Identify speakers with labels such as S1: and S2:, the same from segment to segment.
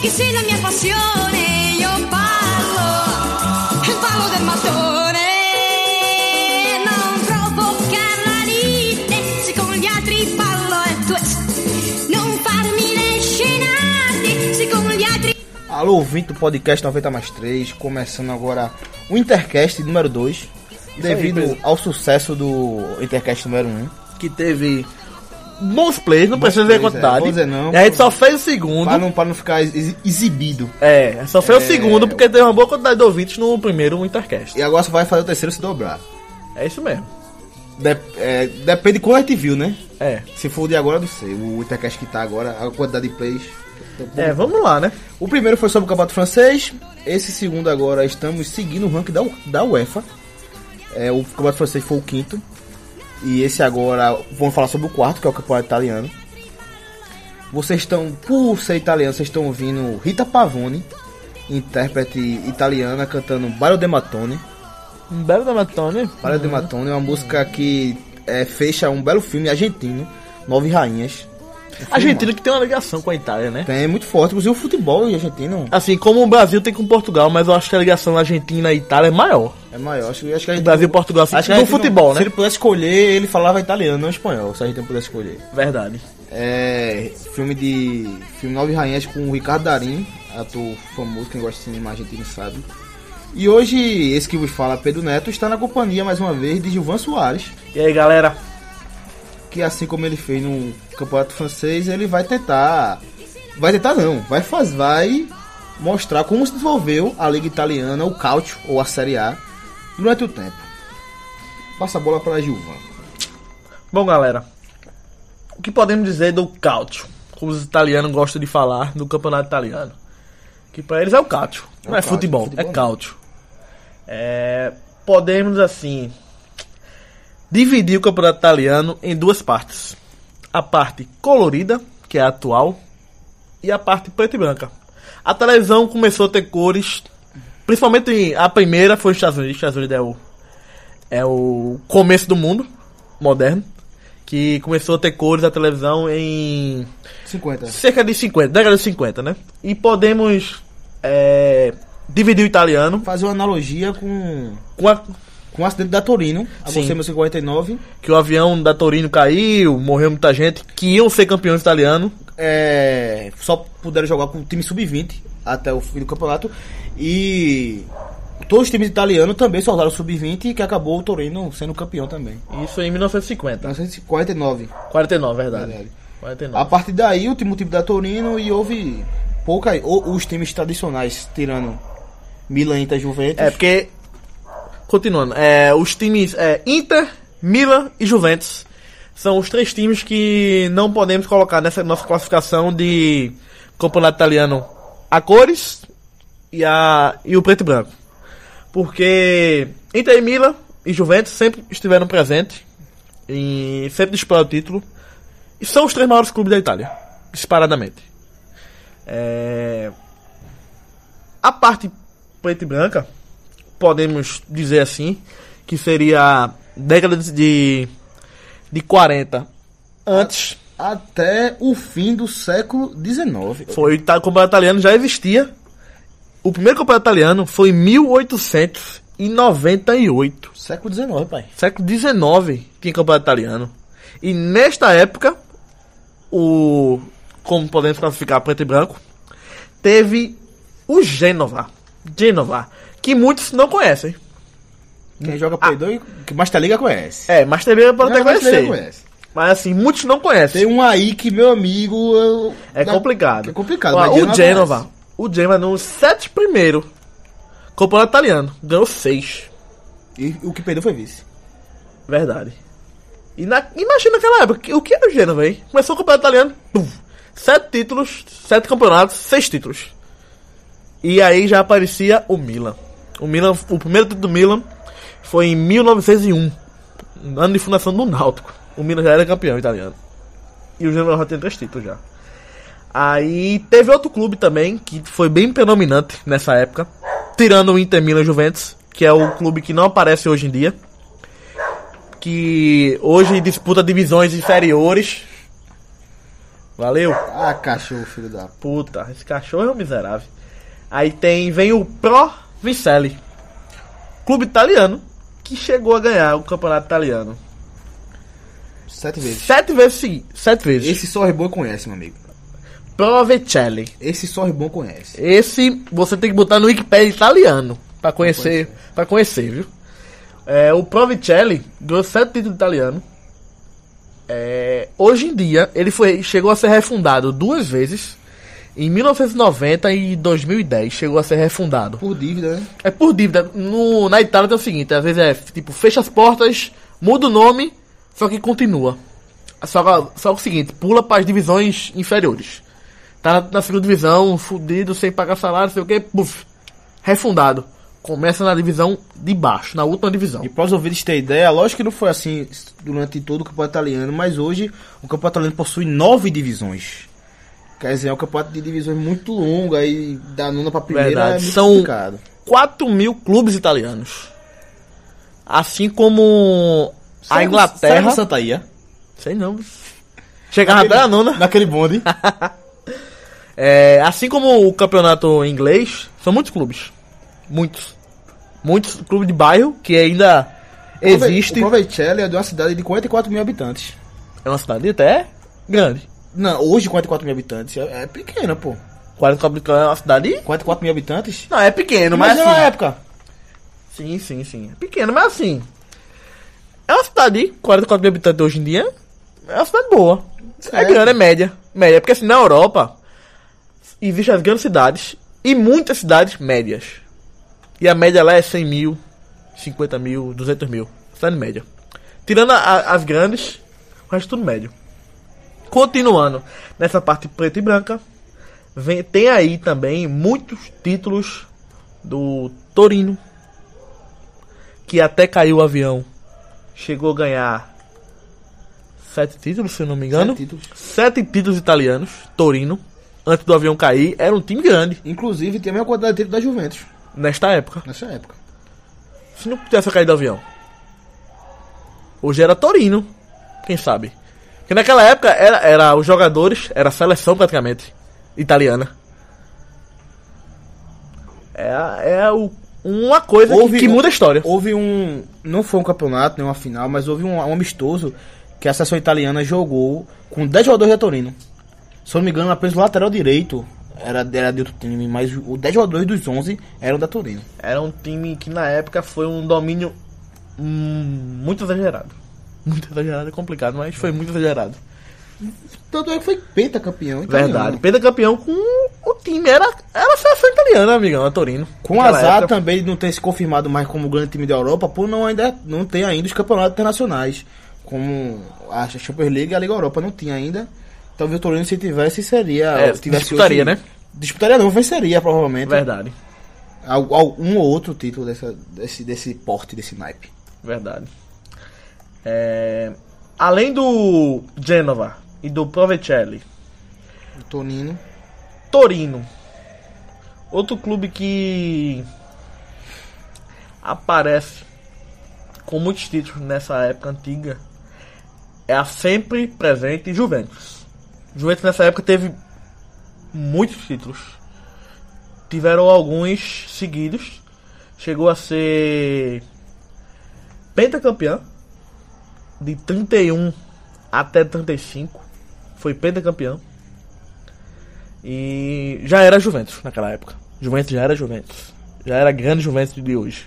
S1: cucina mi passione, io parlo, parlo del mattone. Non provocare la lite, se con gli altri parlo è tuo. Non farmi le scenate, se con gli altri...
S2: Alô, ouvinte do podcast 90 mais 3, começando agora o Intercast número 2, devido
S3: Pedro.
S2: ao sucesso do Intercast número 1.
S3: que teve bons plays, não precisa ver a
S2: plays, é.
S3: quantidade.
S2: Vou dizer não.
S3: E a gente só fez o segundo.
S2: Para não, para não ficar exi- exibido.
S3: É, só fez
S2: É.
S3: o segundo porque teve uma boa quantidade de ouvintes no primeiro Intercast.
S2: E agora só vai fazer o terceiro se dobrar.
S3: É isso mesmo.
S2: Dep- é, depende de quando a gente viu, né?
S3: É.
S2: Se for o de agora, eu não sei. O Intercast que tá agora, a quantidade de plays.
S3: É, vamos lá, né?
S2: O primeiro foi sobre o Campeonato Francês. Esse segundo agora estamos seguindo o ranking da, U- da UEFA. É, o Campeonato Francês foi o quinto. E esse agora, vamos falar sobre o quarto, que é o Campeonato Italiano. Vocês estão, por ser italiano, vocês estão ouvindo Rita Pavone, intérprete italiana, cantando Ballo de Matone.
S3: Um belo da Matone.
S2: Ballo de Matone é uma música que é, fecha um belo filme argentino, Nove Rainhas.
S3: Argentina que tem uma ligação com a Itália, né?
S2: Tem, é muito forte. Inclusive o futebol argentino
S3: Assim, como o Brasil tem com Portugal, mas eu acho que a ligação Argentina e Itália é maior.
S2: é maior. Acho, acho que a
S3: O
S2: gente
S3: Brasil e Portugal, assim,
S2: Acho que a
S3: no
S2: gente não-
S3: futebol,
S2: Se
S3: né?
S2: ele pudesse escolher, ele falava italiano, não espanhol, se a gente não pudesse escolher.
S3: Verdade.
S2: É. Filme de. Filme Nove Rainhas com o Ricardo Darim, ator famoso, quem gosta de cinema argentino sabe. E hoje, esse que vos fala, Pedro Neto, está na companhia mais uma vez de Gilvan Soares,
S3: E aí, galera?
S2: que assim como ele fez no Campeonato Francês, ele vai tentar. Vai tentar não, vai faz, vai mostrar como se desenvolveu a Liga Italiana, o Cautio ou a Série A, durante o tempo. Passa a bola para Gilvan.
S3: Bom, galera, o que podemos dizer do calcio? Como os italianos gostam de falar do campeonato italiano. Que pra eles é o calcio. Não é,
S2: calcio,
S3: futebol,
S2: futebol
S3: é
S2: não.
S3: calcio. É, podemos, assim, dividir o campeonato italiano em duas partes. A parte colorida, que é a atual, e a parte preta e branca. A televisão começou a ter cores, principalmente em- a primeira foi os Estados Unidos. Os Estados Unidos é o, é o começo do mundo moderno, que começou a ter cores a televisão em
S2: 50.
S3: cerca de 50, década de 50, né? E podemos é, dividir o italiano
S2: fazer uma analogia com,
S3: com a,
S2: com o acidente da Torino, a
S3: Sim.
S2: você 49
S3: que o avião da Torino caiu, morreu muita gente, que iam ser campeões italianos.
S2: é, só puderam jogar com o time sub-20 até o fim do campeonato e todos os times italianos também só usaram o sub-20 que acabou o Torino sendo campeão também.
S3: Isso em 1950.
S2: 1949.
S3: 49, verdade.
S2: Verdade.
S3: 49.
S2: A partir daí o time, o time da Torino e houve pouca ou, os times tradicionais tirando Milan, Inter, Juventus.
S3: É, porque. Continuando, é, os times é, Inter, Milan e Juventus são os três times que não podemos colocar nessa nossa classificação de campeonato italiano a cores e, a, e o preto e branco. Porque Inter e Milan e Juventus sempre estiveram presentes e sempre disputaram o título. E são os três maiores clubes da Itália, disparadamente. É, a parte preta e branca, podemos dizer assim, que seria a década de, de 40. Antes,
S2: Até o fim do século XIX.
S3: foi, o ita- campeonato italiano já existia. O primeiro campeonato italiano foi em 1898.
S2: Século XIX, pai.
S3: Século XIX tinha campeonato italiano. E nesta época, o como podemos classificar preto e branco, teve o Gênova. Gênova, que muitos não conhecem.
S2: Quem joga Play 2, que mais tá liga conhece.
S3: Ah. É, mas também pode até
S2: Não, mas
S3: conhecer.
S2: ele conhece.
S3: Mas assim, muitos não conhecem.
S2: Tem um aí que, meu amigo. eu-
S3: É
S2: dá-
S3: complicado.
S2: É complicado.
S3: Ó,
S2: mas
S3: o Genova. O Genova nos sete primeiros. Campeonato italiano. Ganhou seis.
S2: conhece. E o que perdeu foi vice.
S3: Verdade. E na, imagina naquela época. que- O que era o Genova, hein? Começou o campeonato italiano. pum, sete títulos, sete campeonatos, seis títulos. E aí já aparecia o Milan. O Milan, o primeiro título do Milan foi em 1901. no um, Ano de fundação do Náutico. O Milan já era campeão italiano. E o Genoa já tem três títulos já. Aí teve outro clube também que foi bem predominante nessa época, tirando o Inter Milan e Juventus, que é o clube que não aparece hoje em dia, que hoje disputa divisões inferiores. Valeu?
S2: Ah, cachorro, filho da.
S3: Puta, esse cachorro é um miserável. Aí tem, vem o Pro Vincelli, clube italiano, que chegou a ganhar o campeonato italiano.
S2: Sete vezes.
S3: Sete vezes segui- Sete vezes.
S2: Esse só Rebon conhece, meu amigo.
S3: Pro Vincelli.
S2: Esse só Rebon conhece.
S3: Esse você tem que botar no Wikipedia italiano pra conhecer, para conhecer, viu? É, o Provicelli ganhou sete títulos italiano. É, hoje em dia ele foi, chegou a ser refundado duas vezes. Em 1990 e 2010 chegou a ser refundado.
S2: Por dívida, né?
S3: É por dívida. No, na Itália tem o seguinte, às vezes é tipo, fecha as portas, muda o nome, só que continua. Só, que- só que o seguinte, pula para as divisões inferiores. Tá na, na segunda divisão, fudido, sem pagar salário, não sei o que, puf, refundado. Começa na divisão de baixo, na última divisão.
S2: E para os ouvintes terem ideia, lógico que não foi assim durante todo o campeonato italiano, mas hoje o campeonato italiano possui nove divisões. Quer dizer, é um campeonato de divisões muito longo, aí da nona pra primeira
S3: Verdade.
S2: é muito
S3: São-
S2: complicado.
S3: 4 mil clubes italianos. Assim como a Inglaterra.
S2: Serra Santa Ia.
S3: Sei não. Chegava até a nona.
S2: Naquele bonde.
S3: É, assim como o campeonato inglês, são muitos clubes. Muitos. Muitos clubes de bairro que ainda
S2: O
S3: existe.
S2: Provecelli é de uma cidade de 44 mil habitantes.
S3: É uma cidade até grande.
S2: Não, hoje 44 mil habitantes é, é pequena, pô.
S3: 40 Cabricão é uma cidade.
S2: 44 mil habitantes?
S3: Não, é pequeno, mas
S2: Imagina na
S3: assim.
S2: época.
S3: Sim, sim, sim. É pequeno, mas assim. É uma cidade, 44 mil habitantes hoje em dia. É uma cidade boa. É
S2: Certo.
S3: grande, é média. Média, porque assim, na Europa, existem as grandes cidades e muitas cidades médias. E a média lá é 100 mil, 50 mil, 200 mil. Cidade média. Tirando a- a- as grandes, o resto é tudo médio. Continuando nessa parte preta e branca, vem- tem aí também muitos títulos do Torino, que até caiu o avião. Chegou a ganhar sete títulos, se eu não me engano.
S2: Sete títulos.
S3: Sete títulos italianos, Torino, antes do avião cair, era um time grande
S2: Inclusive, tem a mesma quantidade de tempo da Juventus
S3: nesta época.
S2: nessa época.
S3: Se não tivesse caído o avião. Hoje era Torino, quem sabe. Porque naquela época era, era os jogadores, era a seleção praticamente italiana. É, é o- uma coisa que- que, muda a história.
S2: Houve um. Não foi um campeonato, nem uma final, mas houve um, um amistoso que a seleção italiana jogou com 10 jogadores de Torino. Se eu não me engano, apenas o lateral direito era, era de outro time, mas os 10 jogadores dos 11 eram da Torino.
S3: Era um time que na época foi um domínio hum, muito exagerado. Muito exagerado é complicado, mas foi muito exagerado.
S2: Tanto é que foi pentacampeão italiano.
S3: Verdade. Pedro campeão com o time. Era, era a seleção italiana, amigão, a Torino.
S2: Com
S3: Naquela
S2: azar
S3: época.
S2: também de não ter se confirmado mais como grande time da Europa, por não ainda não ter ainda os campeonatos internacionais, como a Champions League e a Liga Europa não tinha ainda. Talvez o Torino se tivesse seria
S3: É,
S2: tivesse
S3: disputaria,
S2: hoje-
S3: né?
S2: Disputaria não, venceria provavelmente.
S3: Verdade.
S2: Al- al- um ou outro título dessa, desse desse porte desse naipe.
S3: Verdade. É, além do Genova e do Provecelli,
S2: O Torino
S3: Torino. Outro clube que aparece com muitos títulos nessa época antiga é a sempre presente Juventus. Juventus nessa época teve muitos títulos. Tiveram alguns seguidos. Chegou a ser pentacampeã de 31 até 35. Foi pentacampeão. E já era Juventus naquela época. Juventus já era Juventus. Já era a grande Juventus de hoje.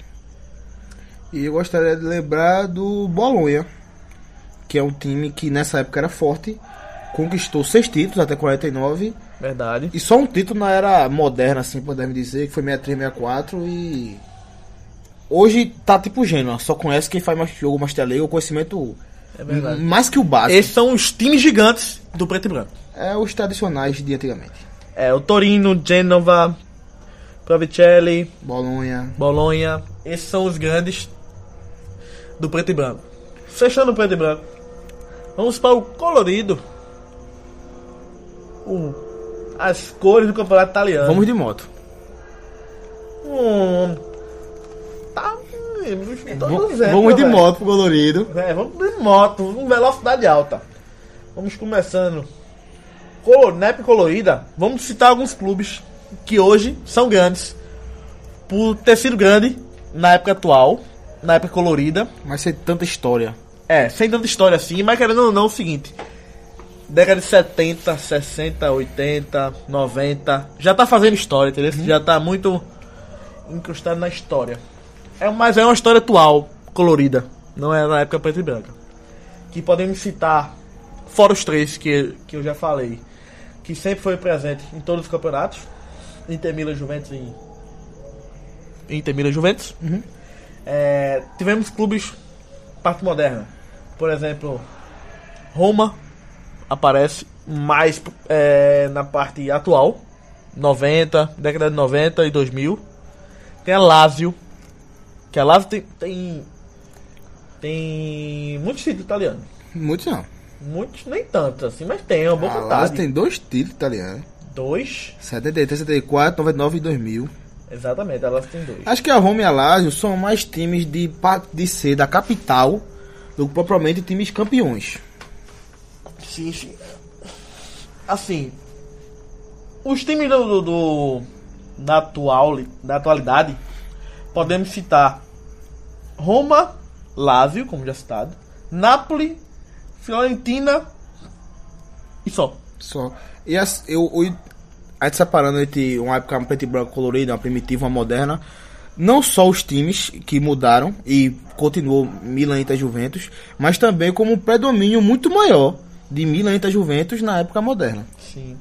S2: E eu gostaria de lembrar do Bolonha, que é um time que nessa época era forte, conquistou seis títulos até 49
S3: Verdade.
S2: E só um título na era moderna, assim, podemos dizer, que foi 63, 64 e. Hoje tá tipo Gênua, só conhece quem faz mais jogo Master League, o conhecimento
S3: É verdade.
S2: mais que o básico.
S3: Esses são os times gigantes do preto e branco.
S2: É os tradicionais de antigamente.
S3: É, o Torino, Genova, Provicelli,
S2: Bolonha.
S3: Bolonha. Esses são os grandes do preto e branco. Fechando o preto e branco. Vamos para o colorido. O- as cores do campeonato italiano.
S2: Vamos de moto.
S3: Hum, tá.
S2: É, Vamos, vamos de moto pro colorido.
S3: É, vamos de moto, vamos velocidade alta. Vamos começando Color, NEP colorida, vamos citar alguns clubes que hoje são grandes. Por ter sido grande na época atual, na época colorida.
S2: Mas sem tanta história.
S3: É, sem tanta história assim, mas querendo ou não, é o seguinte. Década de 70, 60, 80, 90. Já tá fazendo história, entendeu? Já tá muito encrustado na história. É, mas é uma história atual, colorida. Não é na época preta e branca. Que podemos citar, fora os três que, que eu já falei, que sempre foi presente em todos os campeonatos. Inter Milan, Juventus e... Inter Milan, Juventus. É, tivemos clubes parte moderna. Por exemplo, Roma aparece mais é, na parte atual, 90, década de 90 e 2000. Tem a Lazio, que a Lazio tem tem, tem muitos títulos italianos.
S2: Muitos não.
S3: Muitos nem tantos assim, mas tem, é uma boa
S2: A Lazio
S3: vontade.
S2: tem dois títulos italianos.
S3: Dois,
S2: 73, 74, 99 e 2000.
S3: exatamente, a Lazio tem dois.
S2: Acho que a Roma e a Lazio são mais times de, pa- de ser da capital do que propriamente times campeões.
S3: Sim, sim. Assim, os times do, do- do- da atual da atualidade podemos citar Roma, Lazio, como já citado, Napoli, Fiorentina e só.
S2: Só. E as, eu, eu, a gente separando entre uma época preto e branco colorida, uma primitiva, uma moderna, não só os times que mudaram e continuou Milan e Juventus, mas também como um predomínio muito maior de Milan e Juventus na época moderna.
S3: Sim.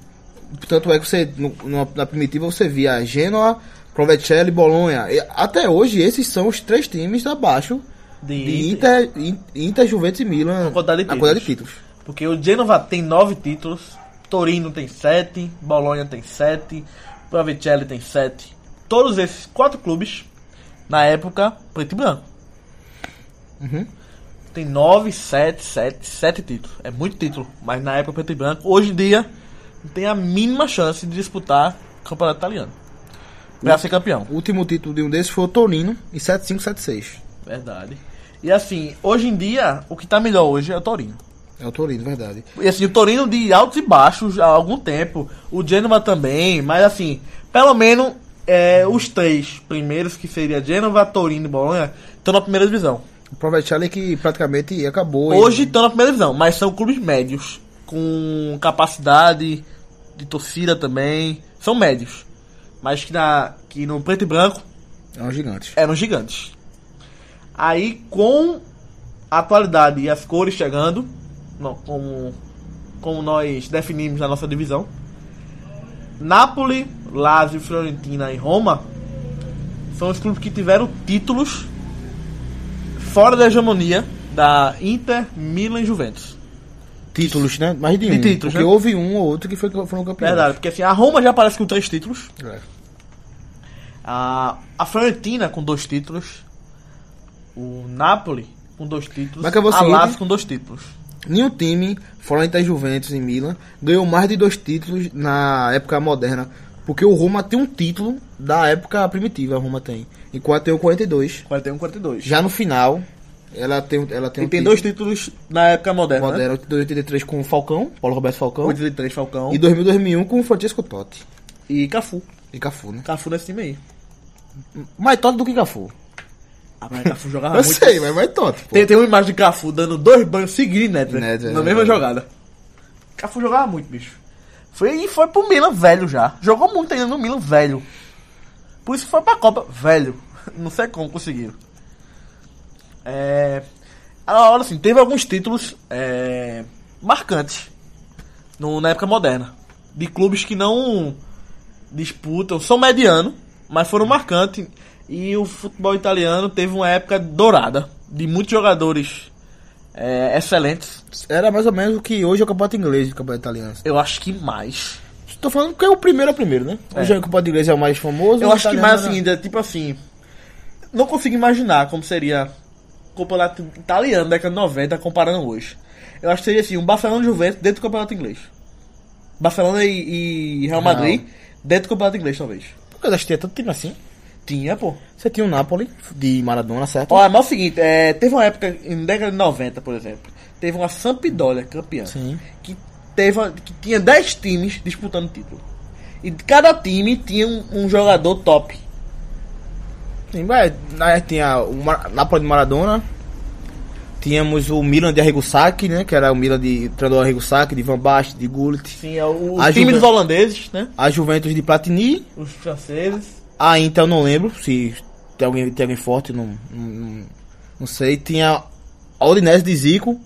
S2: Tanto é que você, no- numa- na primitiva, você via Genoa, Provecelli, Bolonha. E até hoje, esses são os três times abaixo
S3: De,
S2: de
S3: Inter.
S2: Inter, In- Inter Juventus e Milan na
S3: quantidade de
S2: quantidade de títulos.
S3: Porque o Genova tem nove títulos, Torino tem sete, Bolonha tem sete, Provicelli tem sete. Todos esses quatro clubes, na época, preto e branco. Tem nove, sete, sete, sete títulos. É muito título, mas na época preto e branco, hoje em dia, não tem a mínima chance de disputar o campeonato italiano. Pra ser campeão.
S2: O último título de um desses foi o Torino, em 7576.
S3: Verdade. E assim, hoje em dia, o que tá melhor hoje é o Torino.
S2: É o Torino, verdade.
S3: E assim, o Torino de altos e baixos há algum tempo. O Genova também, mas assim, pelo menos é, os três primeiros, que seria Genova, Torino e Bolonha, estão na primeira divisão.
S2: O Provecelli que praticamente acabou.
S3: Hoje estão na primeira divisão, mas são clubes médios, com capacidade de torcida também. São médios. Mas que, na, que no preto e branco
S2: e é um gigante.
S3: eram gigantes. Aí com a atualidade e as cores chegando, não, como, como nós definimos na nossa divisão, Napoli, Lazio, Fiorentina e Roma são os clubes que tiveram títulos fora da hegemonia da Inter, Milan e Juventus.
S2: Títulos, né? Mais de, um.
S3: títulos,
S2: porque
S3: né?
S2: houve um ou outro que foi, foram campeões.
S3: Verdade, porque assim, a Roma já aparece com três títulos,
S2: É.
S3: a, a Fiorentina com dois títulos, o Napoli com dois títulos,
S2: Mas que eu vou
S3: a
S2: seguir,
S3: Lazio
S2: né?
S3: com dois títulos.
S2: Nenhum time, fora entre Juventus e Milan, ganhou mais de dois títulos na época moderna. Porque o Roma tem um título da época primitiva, a Roma tem. Enquanto tem o 42.
S3: 41 42.
S2: Já no final, ela tem, um, ela tem
S3: e tem dois títulos na época moderna. né?
S2: moderno, 83 com o Falcão, Paulo Roberto Falcão.
S3: 83 Falcão
S2: E
S3: e, um.
S2: 2000, 2001 com o Francisco Totti.
S3: Cafu.
S2: E Cafu, né?
S3: Cafu nesse time aí.
S2: Mais Totti do que Cafu.
S3: Ah, mas Cafu jogava
S2: Eu
S3: muito.
S2: sei, mas mais Totti. pô.
S3: Tem, tem uma imagem de Cafu dando dois banhos seguidos em Neto, né?
S2: Neto,
S3: na
S2: é.
S3: mesma jogada. Cafu jogava muito, bicho. Foi, e foi pro Milan velho já. Jogou muito ainda no Milan velho. Por isso que foi pra Copa velho. Não sei como conseguiram. É... Agora, assim, teve alguns títulos é, marcantes no- na época moderna. De clubes que não disputam, são mediano, mas foram marcantes. E o futebol italiano teve uma época dourada, de muitos jogadores é, excelentes.
S2: Era mais ou menos o que hoje é o campeonato inglês e o campeonato italiano.
S3: Eu acho que mais.
S2: Tô falando que é o primeiro é o primeiro, né? Hoje é o campeonato inglês é o mais famoso.
S3: Eu
S2: o
S3: acho que
S2: italiano
S3: mais assim, ainda, tipo assim. Não consigo imaginar como seria o campeonato italiano da década de 90 comparando hoje. Eu acho que seria assim, um Barcelona e Juventus dentro do campeonato inglês. Barcelona e, e Real Madrid dentro do campeonato inglês, talvez.
S2: Por que eu acho que tinha tanto time assim?
S3: Tinha, pô.
S2: Você tinha o Napoli, de Maradona, certo?
S3: Olha, mas é o seguinte, é, teve uma época, em década de 90, por exemplo, teve uma Sampdoria campeã.
S2: Sim.
S3: Que teve a- que tinha 10 times disputando o título. E cada time tinha um, um jogador top.
S2: Sim, vai. Aí tinha o Mar- Napoli de Maradona. Tínhamos o Milan de Arrigosaki, né? Que era o Milan de treinador Arrigosaki, de Van Basten, de Gullit.
S3: Sim, é o, o
S2: A
S3: time
S2: Juve-
S3: dos holandeses, né?
S2: A Juventus de Platini.
S3: Os franceses.
S2: A Inter eu não lembro. Se tem alguém, tem alguém forte, não, não, não- não sei. Tinha a Udinese de Zico.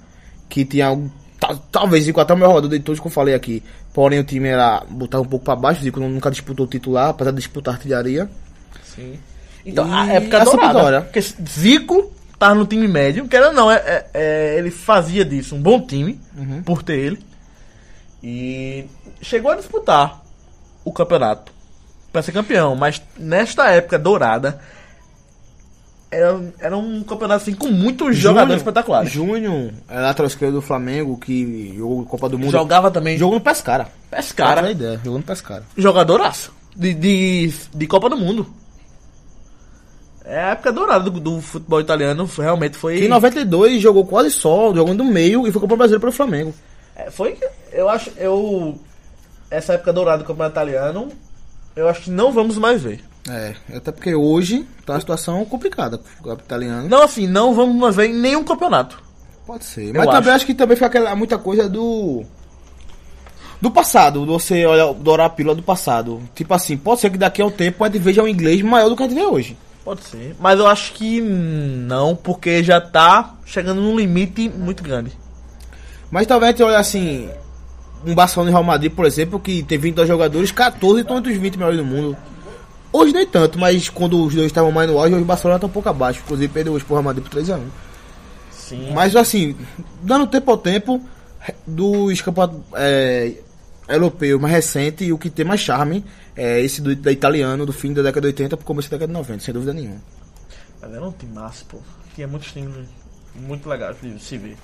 S2: Que tinha... um- ta- Talvez Zico até o melhor jogador de todos que eu falei aqui. Porém o time era... Botar um pouco pra baixo. Zico nunca disputou o titular, apesar de disputar artilharia.
S3: Sim. Então,
S2: E
S3: a época
S2: a
S3: dourada.
S2: Sampdoria.
S3: Porque Zico tava no time médio, que era não, é, é- é- ele fazia disso um bom time, por ter ele. E chegou a disputar o campeonato pra ser campeão, mas nesta época dourada era, era um campeonato assim, com muitos jogadores espetaculares.
S2: Júnior, é lateral esquerdo do Flamengo, que jogou Copa do Mundo.
S3: Jogava também
S2: Jogou no Pescara. Pra ter uma
S3: Pescara,
S2: ideia, jogou no Pescara.
S3: jogadoraço de, de, de Copa do Mundo. É a época dourada do, do futebol italiano, foi- realmente foi.
S2: Em 92 jogou quase só, jogou no meio e foi campeão brasileiro pelo Flamengo.
S3: É, Foi que eu acho. Eu. Essa época dourada do campeonato italiano, eu acho que não vamos mais ver.
S2: É, até porque hoje tá uma situação complicada pro campeonato italiano.
S3: Não, assim, não vamos mais ver em nenhum campeonato.
S2: Pode ser. Mas
S3: Eu
S2: também
S3: acho.
S2: acho que também fica aquela, muita coisa do. Do passado, você olhar, dourar a pílula do passado. Tipo assim, pode ser que daqui a um tempo a gente veja um inglês maior do que a gente vê hoje.
S3: Pode ser. Mas eu acho que não, porque já tá chegando num limite muito grande.
S2: Mas talvez a gente olhe assim, um Barcelona e Real Madrid, por exemplo, que tem 22 jogadores, 14 estão entre os 20 melhores do mundo. Hoje nem tanto, mas quando os dois estavam mais no auge, hoje o Barcelona tá um pouco abaixo. Inclusive perdeu hoje pro Real Madrid por 3x1.
S3: Sim.
S2: Mas assim, dando tempo ao tempo, dos campeonatos é, europeus mais recentes, o que tem mais charme é esse do, da italiano, do fim da década de 80 pro começo da década de 90, sem dúvida nenhuma.
S3: Mas era um time massa, pô. Tinha muitos times muito legais de se ver.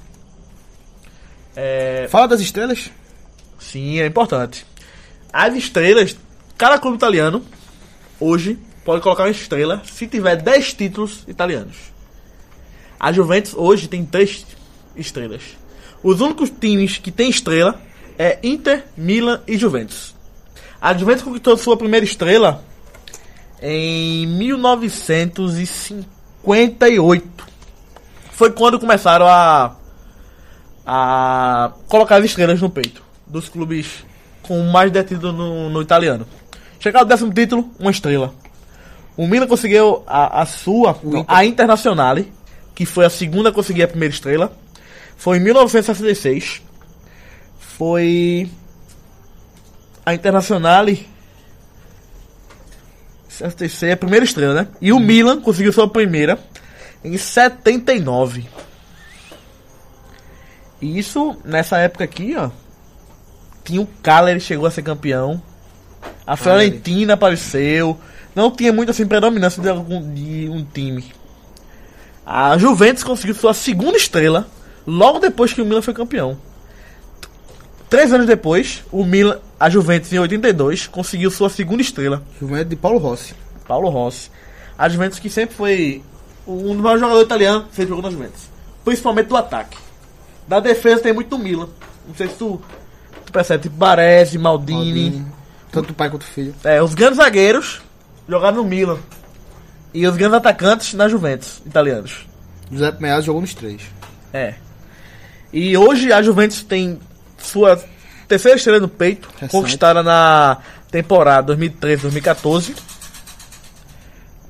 S3: É,
S2: Fala das estrelas.
S3: Sim, é importante. As estrelas, cada clube italiano, hoje, pode colocar uma estrela se tiver 10 títulos italianos. A Juventus hoje tem 3 estrelas. Os únicos times que tem estrela é Inter, Milan e Juventus. A Juventus conquistou sua primeira estrela em 1958. Foi quando começaram a a colocar as estrelas no peito dos clubes com mais detido no, no italiano. Chegar ao décimo título, uma estrela. O Milan conseguiu a, a sua,
S2: Inter.
S3: a Internazionale, que foi a segunda a conseguir a primeira estrela. Foi em 1966. Foi a Internazionale 66 é a primeira estrela, né? E o Milan conseguiu sua primeira em 79. E isso, nessa época aqui, ó. Tinha o Cagliari chegou a ser campeão. A Fiorentina apareceu. Não tinha muito assim predominância de, algum, de um time. A Juventus conseguiu sua segunda estrela logo depois que o Milan foi campeão. Três anos depois, o Milan, a Juventus em 82 conseguiu sua segunda estrela.
S2: Juventude de Paulo Rossi.
S3: Paulo Rossi. A Juventus que sempre foi um dos maiores jogadores italianos que jogou na Juventus. Principalmente do ataque. Da defesa tem muito do Milan. Não sei se tu, tu percebe, tipo Baresi, Maldini.
S2: Tanto o pai quanto o filho.
S3: É, os grandes zagueiros jogaram no Milan. E os grandes atacantes na Juventus, italianos.
S2: José Meazza jogou nos três.
S3: É. E hoje a Juventus tem sua terceira estrela no peito,
S2: Recente.
S3: conquistada na temporada 2013-2014.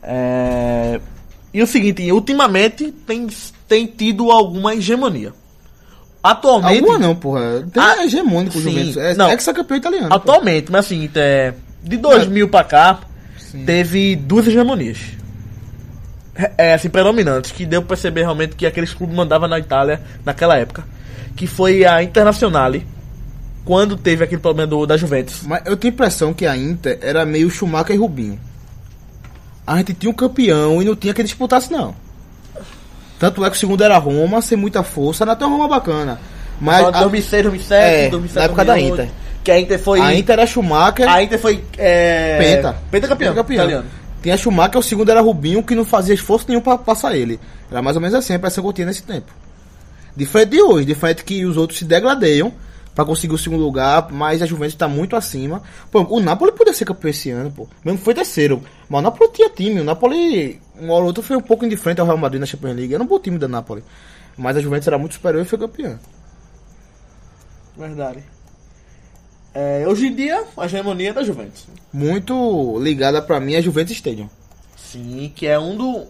S3: É... E o seguinte, ultimamente tem, tem tido alguma hegemonia. Atualmente,
S2: Alguma não, porra. Tem um
S3: Ah,
S2: hegemônico o
S3: sim.
S2: Juventus. É,
S3: Não.
S2: é que campeão italiano. pô.
S3: atualmente, mas assim, é, de 2000 pra cá, teve duas hegemonias. É, assim, predominantes, que deu pra perceber realmente que aqueles clubes mandavam na Itália naquela época. Que foi a Internazionale, quando teve aquele problema do, da Juventus.
S2: Mas eu tenho a impressão que a Inter era meio Schumacher e Rubinho. A gente tinha um campeão e não tinha quem disputasse, não. Tanto é que o segundo era Roma, sem muita força, era até uma Roma bacana. Mas a,
S3: 2006, 2007,
S2: É,
S3: 2007,
S2: na época da Inter.
S3: Que a Inter foi...
S2: a Inter era Schumacher,
S3: a Inter foi... É,
S2: penta.
S3: Pentacampeão. italiano.
S2: Tinha Schumacher, o segundo era Rubinho, que não fazia esforço nenhum pra passar ele. Era mais ou menos assim a impressão que eu tinha nesse tempo. Diferente de hoje, diferente que os outros se degladeiam, pra conseguir o segundo lugar, mas a Juventus tá muito acima. Pô, o Napoli podia ser campeão esse ano, pô. Mesmo que foi terceiro. Mas o Napoli tinha time. O Napoli, uma hora ou outra, foi um pouco indiferente ao Real Madrid na Champions League. Era um bom time da Napoli. Mas a Juventus era muito superior e foi campeã.
S3: Verdade. É, hoje em dia, a hegemonia é da Juventus.
S2: Muito ligada pra mim a Juventus Stadium.
S3: Sim, que é um, do,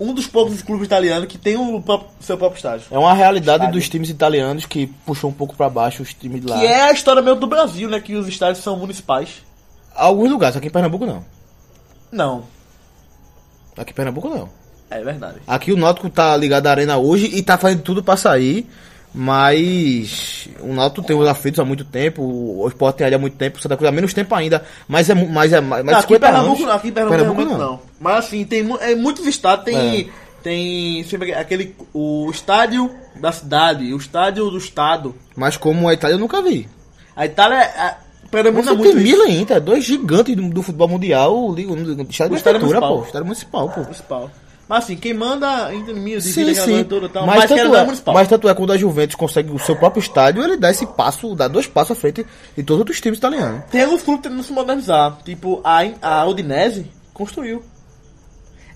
S3: um dos poucos clubes italianos que tem o pró- seu próprio estádio.
S2: É uma realidade
S3: Estádio.
S2: dos times italianos que puxou um pouco pra baixo os times de lá.
S3: Que é a história meio do Brasil, né? Que os estádios são municipais.
S2: Alguns lugares, aqui em Pernambuco não.
S3: Não,
S2: Aqui em Pernambuco não.
S3: é verdade.
S2: Aqui o Náutico tá ligado à arena hoje e tá fazendo tudo pra sair. Mas o Náutico tem os aflitos há muito tempo, o Sport tem ali há muito tempo, o Santa Cruz há menos tempo ainda, mas é mu- mas é mais
S3: Não, aqui em
S2: 50
S3: Pernambuco
S2: anos.
S3: não, aqui em Pernambuco,
S2: Pernambuco É.
S3: realmente não. Mas assim, tem, mu- é muitos estados, tem, tem sempre aquele, o estádio da cidade, o estádio do estado.
S2: Mas como a Itália eu nunca vi.
S3: A Itália, a, Pernambuco é
S2: Você
S3: muito
S2: tem
S3: isso,
S2: Milan ainda, dois gigantes do, do futebol mundial, o, li- o, o estádio
S3: O
S2: de
S3: estádio
S2: prefeitura,
S3: municipal.
S2: pô, estádio municipal, pô.
S3: municipal. Mas assim, quem manda entre mim,
S2: Sim, sim.
S3: Toda, tal,
S2: mas,
S3: quero
S2: tanto
S3: dar
S2: é,
S3: municipal.
S2: mas tanto é quando a Juventus consegue o seu próprio estádio, ele dá esse passo, dá dois passos à frente de todos os outros times italianos.
S3: Tem alguns clubes tentando se modernizar. Tipo, a, In- a Udinese construiu.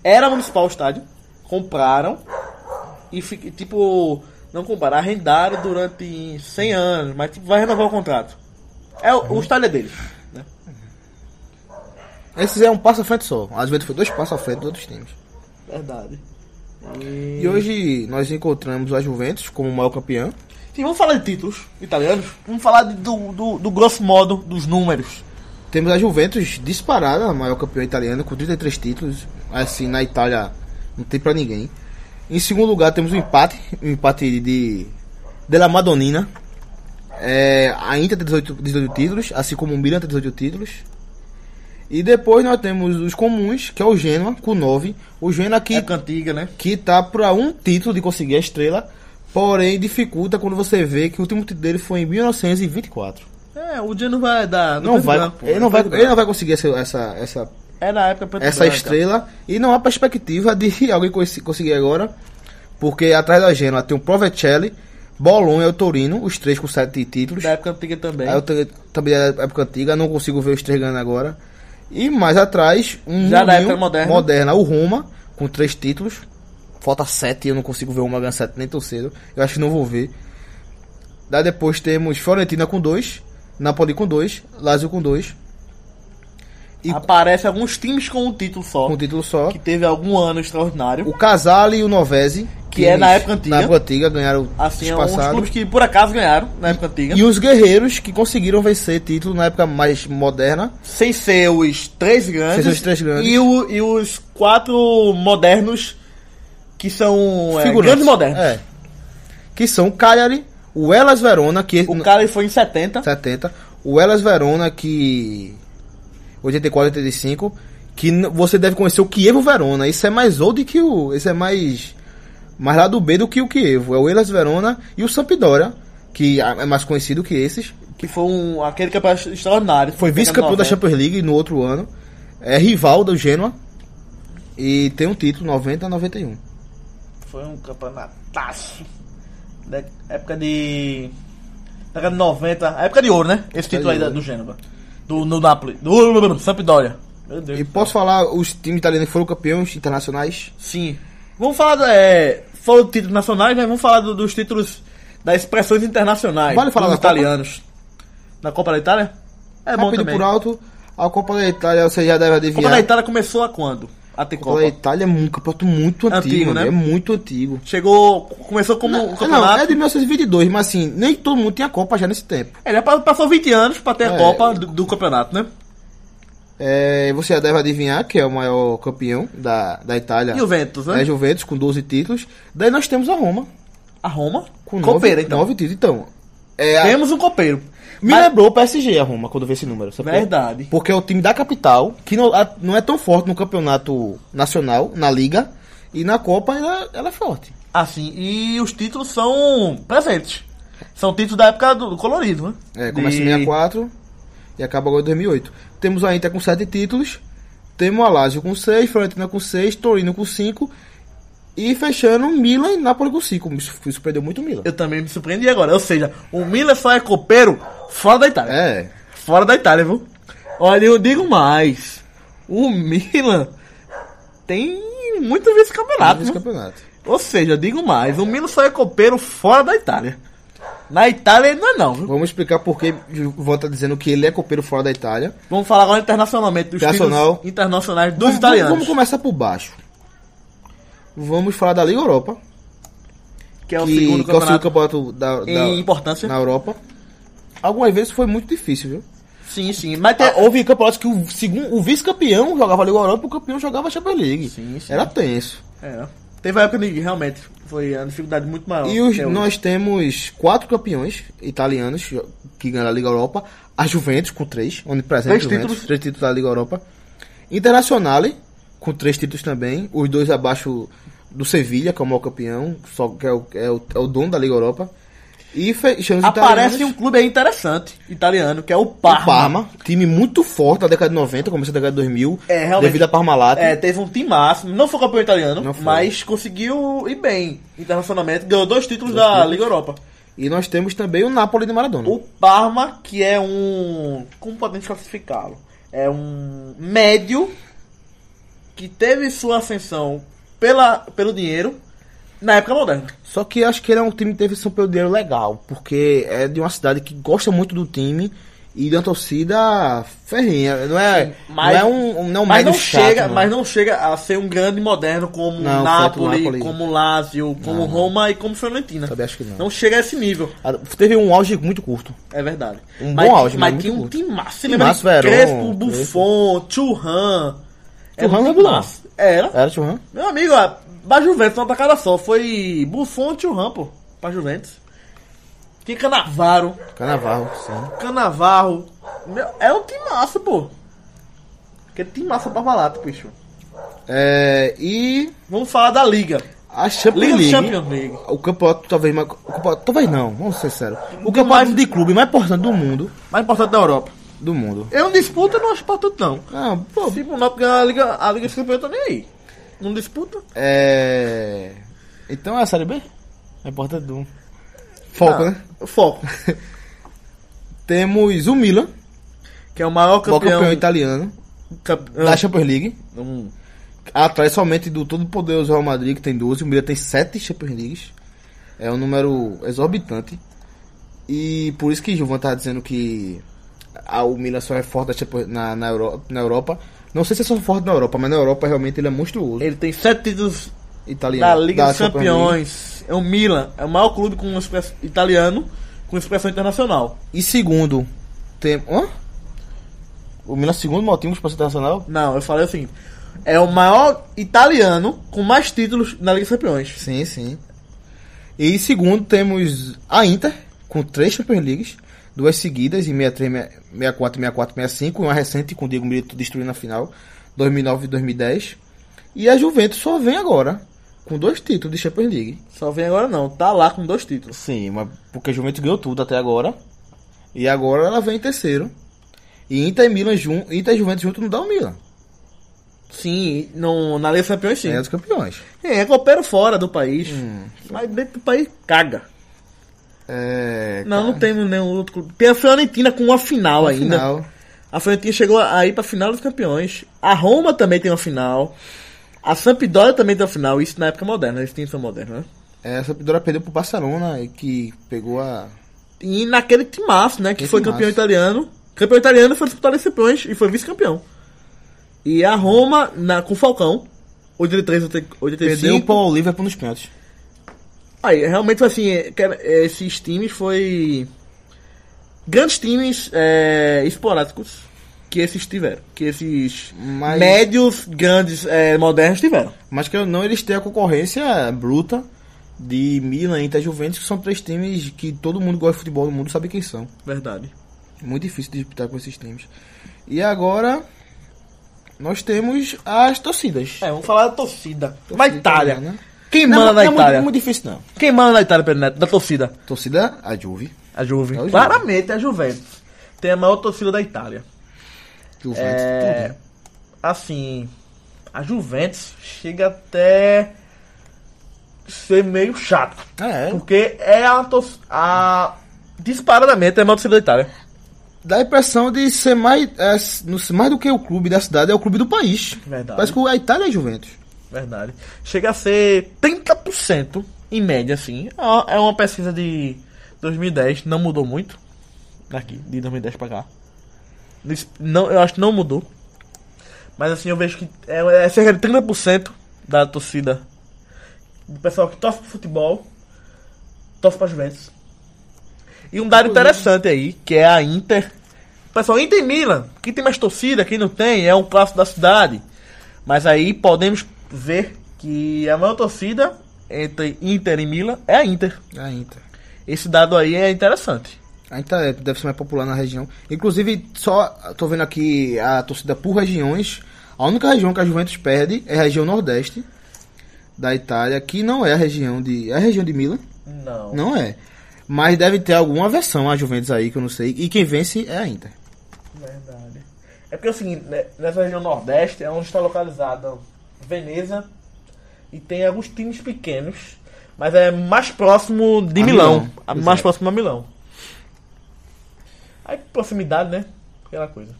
S3: Era municipal o estádio. Compraram. E, fi- tipo, não compraram. Arrendaram durante 100 anos. Mas tipo, vai renovar o contrato. É, o, o estádio é deles. né?
S2: Esse é um passo à frente só. A Juventus foi dois passos à frente dos outros times.
S3: Verdade.
S2: E hoje nós encontramos a Juventus como maior campeã.
S3: Sim, vamos falar de títulos italianos. Vamos falar de- do, do, do grosso modo dos números.
S2: Temos a Juventus disparada, a maior campeã italiana, com 33 títulos. Assim, na Itália não tem pra ninguém. Em segundo lugar, temos o empate. O empate de Della Madonnina. É, a Inter tem 18, 18 títulos, assim como o Milan tem 18 títulos. E depois nós temos os comuns, que é o Genoa, com 9. O Genoa que
S3: É cantiga, né?
S2: que tá pra um título de conseguir a estrela, porém dificulta quando você vê que o último título dele foi em 1924.
S3: É, o dia não vai dar.
S2: Não vai,
S3: dar, pô.
S2: ele, não vai,
S3: dar.
S2: ele não vai conseguir essa, essa, essa,
S3: É na época preto e
S2: essa
S3: branco.
S2: estrela e não há perspectiva de alguém consi- conseguir agora, porque atrás da Genoa tem o Provecelli, Bolonha e o Torino, os três com sete títulos.
S3: Da época antiga também.
S2: Aí eu te- também é da época antiga, não consigo ver os três ganhando agora. E mais atrás, um
S3: Já da
S2: novinho,
S3: época moderna.
S2: o Roma, com três títulos. Falta sete, eu não consigo ver o Roma ganhar sete nem tão cedo. Eu acho que não vou ver. Daí depois temos Fiorentina com dois, Napoli com dois, Lazio com dois, E-
S3: Aparece alguns times com um título só.
S2: com um título só.
S3: Que teve algum ano extraordinário.
S2: O Casale e o Novese,
S3: Que é na época antiga.
S2: Na época antiga, ganharam
S3: Assim,
S2: os
S3: alguns
S2: passados.
S3: clubes que por acaso ganharam na época antiga.
S2: E os guerreiros que conseguiram vencer título na época mais moderna.
S3: Sem ser os três grandes.
S2: Sem ser os três grandes.
S3: E, o- e os quatro modernos que são é,
S2: Figurantes.
S3: grandes modernos.
S2: É. Que são o Cagliari, o Elas Verona, que
S3: O cara ele foi em 70.
S2: 70, o Elas Verona, que 84, 85, que n- você deve conhecer o Kievo Verona. Isso é mais old que o, isso é mais mais lá do B do que o Kievo. É o Elas Verona e o Sampdoria, que a- é mais conhecido que esses.
S3: Que foi um, aquele campeonato extraordinário.
S2: Foi vice-campeão da
S3: 90.
S2: Champions League no outro ano. É rival do Genoa. E tem um título 90 91.
S3: Foi um campeonataço. Da época de. Da década de 90. A época de ouro, né? Esse título aí
S2: de
S3: da-
S2: ouro.
S3: do Gênova. Do no Napoli. Do Sampdoria. Meu Deus.
S2: E posso falar os times italianos que foram campeões internacionais?
S3: Sim. Vamos falar. da- É, falou de títulos nacionais, né? Vamos falar do- dos títulos das expressões internacionais.
S2: Vale falar
S3: dos
S2: da Copa?
S3: italianos. Na Copa da Itália? É bom
S2: Rápido
S3: também.
S2: por alto, a Copa da Itália você já deve
S3: A Copa da
S2: adivinhar.
S3: Itália começou a quando? A ter
S2: A Copa da
S3: Copa.
S2: Itália é um campeonato muito antigo,
S3: Antigo, né?
S2: né? É muito antigo.
S3: Chegou. Começou como um
S2: Ah, Não,
S3: campeonato.
S2: é de 1922, mas assim, nem todo mundo tinha Copa já nesse tempo.
S3: É, já pa- passou 20 anos pra ter a
S2: É.
S3: Copa do, do campeonato, né?
S2: É, você já deve adivinhar que é o maior campeão da, da Itália.
S3: Juventus, né?
S2: É Juventus, com 12 títulos. Daí nós temos a Roma,
S3: A Roma?
S2: com
S3: Copeira,
S2: 9,
S3: então.
S2: títulos. Então, é, a-
S3: Temos um copeiro.
S2: me
S3: Mas-
S2: lembrou o PSG a Roma quando eu vi esse número. sabe por quê?
S3: Verdade.
S2: Porque é o time da capital, que não, a- não é tão forte no campeonato nacional, na Liga, e na Copa ela, ela é forte.
S3: Assim, e os títulos são presentes. São títulos da época do, do colorido, né?
S2: É, começa
S3: De-
S2: em 64 e acaba agora em 2008. Temos a Inter com 7 títulos, temos a Lazio com 6, Fiorentina com 6, Torino com 5 E fechando, Milan e Napoli com 5. Me su- me surpreendeu muito o Milan.
S3: Eu também me surpreendi agora. Ou seja, o Milan só é copeiro fora da Itália.
S2: É.
S3: Fora da Itália, viu? Olha, eu digo mais. O Milan tem muito vice-campeonato.
S2: Esse
S3: viu?
S2: campeonato.
S3: Ou seja, eu digo mais. O Milan só é copeiro fora da Itália. Na Itália ele não é não, viu?
S2: Vamos explicar por que Vão tá dizendo que ele é copeiro fora da Itália.
S3: Vamos falar agora internacionalmente dos
S2: Internacional.
S3: títulos internacionais dos
S2: Vamos-
S3: italianos.
S2: Vamos começar por baixo. Vamos falar da Liga Europa.
S3: que é o
S2: que,
S3: segundo
S2: que é o segundo
S3: campeonato
S2: campeonato da, da-
S3: em importância.
S2: na Europa. Algumas vezes foi muito difícil, viu?
S3: Sim, sim. Mas tem...
S2: Ah, Houve campeonatos que o, segundo, o vice-campeão jogava Liga Europa e o campeão jogava Champions League.
S3: Sim, sim.
S2: Era tenso.
S3: É. Teve uma época que realmente foi uma dificuldade muito maior.
S2: E os-
S3: que hoje.
S2: nós temos quatro campeões italianos que ganharam a Liga Europa. A Juventus com três, onde presente
S3: Três
S2: a Juventus,
S3: títulos.
S2: três títulos da Liga Europa. Internazionale com três títulos também, os dois abaixo do Sevilha, que é o maior campeão, só que é o, é o, é o dono da Liga Europa. E fechamos os
S3: Aparece
S2: italianos.
S3: um clube aí interessante, italiano, que é o
S2: O
S3: Parma.
S2: Parma, time muito forte da década de 90, começo da década de 2000,
S3: É, realmente.
S2: devido a Parmalat.
S3: É, teve um time máximo, não foi campeão italiano,
S2: Não foi.
S3: mas conseguiu ir bem internacionalmente, ganhou dois títulos da Liga Europa.
S2: E nós temos também o Napoli de Maradona.
S3: O Parma, que é um. Como podemos classificá-lo? É um médio que teve sua ascensão pela, pelo dinheiro na época moderna.
S2: Só que eu acho que ele é um time que teve São Pedro dinheiro legal, porque é de uma cidade que gosta muito do time e de uma torcida ferrinha. Não é,
S3: mas-
S2: não é um, um- não é um
S3: Mas
S2: médio
S3: não,
S2: chato,
S3: chega,
S2: não.
S3: mas não chega a ser um grande moderno como
S2: Não,
S3: Napoli,
S2: Napoli.
S3: como Lazio, como Roma e como Fiorentina.
S2: Também acho que não.
S3: Não chega a esse nível.
S2: Ah, Teve um auge muito curto.
S3: É verdade.
S2: Um
S3: mas,
S2: bom auge,
S3: mas
S2: mas
S3: tinha
S2: muito
S3: um
S2: curto.
S3: time massa. Você
S2: Time
S3: lembra de
S2: massa, Verón,
S3: Crespo,
S2: Crespo.
S3: Buffon, Churran.
S2: Thuram
S3: um
S2: é
S3: time
S2: bom.
S3: massa. Era.
S2: Era, Churran?
S3: Meu amigo, a pra Juventus, uma tacada só. Foi Buffon e Churran, pô. Pra Juventus. Tinha Canavaro,
S2: Canavarro, sim.
S3: Canavarro. Meu, é um time massa, pô. Que time massa pra falar, bicho.
S2: É, e
S3: Vamos falar da Liga.
S2: a Champions
S3: Liga
S2: League.
S3: Champions League.
S2: O campeonato talvez mais. o campeonato- talvez não, vamos ser sérios. O
S3: Demais.
S2: campeonato de clube mais importante do mundo.
S3: Mais importante da Europa.
S2: Do mundo.
S3: Eu não disputa, eu não acho importante, não.
S2: Não, pô,
S3: Se o Náutico ganhar a Liga, a Liga dos Campeões, eu tô nem aí. Não disputa.
S2: É. Então é a série B? É porta do. Foco,
S3: Ah,
S2: né?
S3: Foco.
S2: Temos o Milan,
S3: Que é o maior
S2: o
S3: campeão. Ah.
S2: campeão italiano
S3: Campe-
S2: da Champions League.
S3: Hum.
S2: Atrás somente do todo poderoso Real Madrid, que tem 12. O Milan tem 7 Champions Leagues. É um número exorbitante. E por isso que Gilvan tá dizendo que a, o Milan só é forte da Champions- na, na, Euro- na Europa. Não sei se é só forte na Europa, mas na Europa realmente ele é monstruoso.
S3: Ele tem sete títulos da
S2: italiano.
S3: Liga dos
S2: Champions League.
S3: Campeões. É o Milan. É o maior clube com uma express- italiano com expressão internacional.
S2: E segundo, tem. Hã? O Milan é o segundo maior time do esporte internacional?
S3: Não, eu falei o seguinte. É o maior italiano com mais títulos na Liga dos Campeões.
S2: Sim, sim. E segundo, temos a Inter, com três Champions Leagues, duas seguidas, em 63, 64, 64, 65, e uma recente com o Diego Milito destruindo a final, 2009 e 2010. E a Juventus só vem agora, com dois títulos de Champions League.
S3: Só vem agora não. Tá lá com dois títulos.
S2: Sim, mas porque a Juventus ganhou tudo até agora. E agora ela vem em terceiro. E Inter e Milan junto, Inter e Juventus junto não dá o Milan.
S3: Sim, no, na Liga dos Campeões sim.
S2: É Hum. dos campeões.
S3: É, é copeiro fora do país. Mas dentro do país, caga.
S2: É.
S3: Não, não tem nenhum outro clube. Tem a Fiorentina com uma final ainda.
S2: Final.
S3: A Fiorentina chegou aí pra final dos campeões. A Roma também tem uma final. A Sampdoria também tem uma final. Isso na época moderna, eles tinham são moderna, né?
S2: É, a Sampdoria perdeu pro Barcelona, e que pegou a.
S3: E naquele timaço, né? Que
S2: Esse
S3: foi campeão
S2: timaço.
S3: italiano. Campeão italiano foi disputar os campeões e foi vice-campeão. E a Roma, na, com o Falcão, 83, 85.
S2: Perdeu um pro Liverpool nos pênaltis.
S3: Aí, realmente, assim, é, cara, é, esses times foi... Grandes times é, esporádicos que esses tiveram. Que esses
S2: Mas-
S3: médios, grandes, é, modernos tiveram.
S2: Mas que não, eles têm a concorrência bruta de Milan, Inter e Juventus, que são três times que todo mundo que gosta de futebol do mundo sabe quem são.
S3: Verdade.
S2: Muito difícil de disputar com esses times. E agora nós temos as torcidas.
S3: É, vamos falar da torcida. né? Na Itália.
S2: italiana.
S3: Quem
S2: Não,
S3: manda na
S2: não é muito-
S3: Itália?
S2: Muito, difícil não.
S3: Quem manda na Itália, Pedro Neto? Da torcida.
S2: Torcida, a Juve.
S3: A Juve.
S2: É o Juve.
S3: Claramente é a Juventus. Tem a maior torcida da Itália.
S2: Juventus,
S3: É,
S2: tudo.
S3: assim, a Juventus chega até ser meio chato.
S2: É.
S3: Porque é a, tos- a- disparadamente é a maior torcida da Itália.
S2: Dá a impressão de ser mais, é, no- mais do que o clube da cidade, é o clube do país.
S3: Verdade.
S2: Parece que a Itália é Juventus.
S3: Verdade. Chega a ser 30% em média, assim. É uma- É uma pesquisa de 2010, não mudou muito. Aqui, de 2010 pra cá. Des- Não, eu acho que não mudou. Mas assim, eu vejo que é, é cerca de 30% da torcida. Do pessoal que torce pro futebol, torce pra Juventus. E um dado interessante aí, que é a Inter. Pessoal, Inter e Milan. Quem tem mais torcida, quem não tem, é um clássico da cidade. Mas aí podemos ver que a maior torcida entre Inter e Milan é a Inter.
S2: É a Inter.
S3: Esse dado aí é interessante.
S2: A Inter é- deve ser mais popular na região. Inclusive, só tô vendo aqui a torcida por regiões. A única região que a Juventus perde é a região nordeste da Itália, que não é a região de. É a região de Milan?
S3: Não.
S2: Não é. Mas deve ter alguma versão a Juventus aí que eu não sei. E quem vence é a Inter.
S3: Verdade. É porque é o seguinte, né, nessa região nordeste é onde está localizada Veneza e tem alguns times pequenos, mas é mais próximo de
S2: A
S3: Milão.
S2: Milão,
S3: A- mais
S2: exato.
S3: próximo a Milão. Aí proximidade, né? Aquela coisa.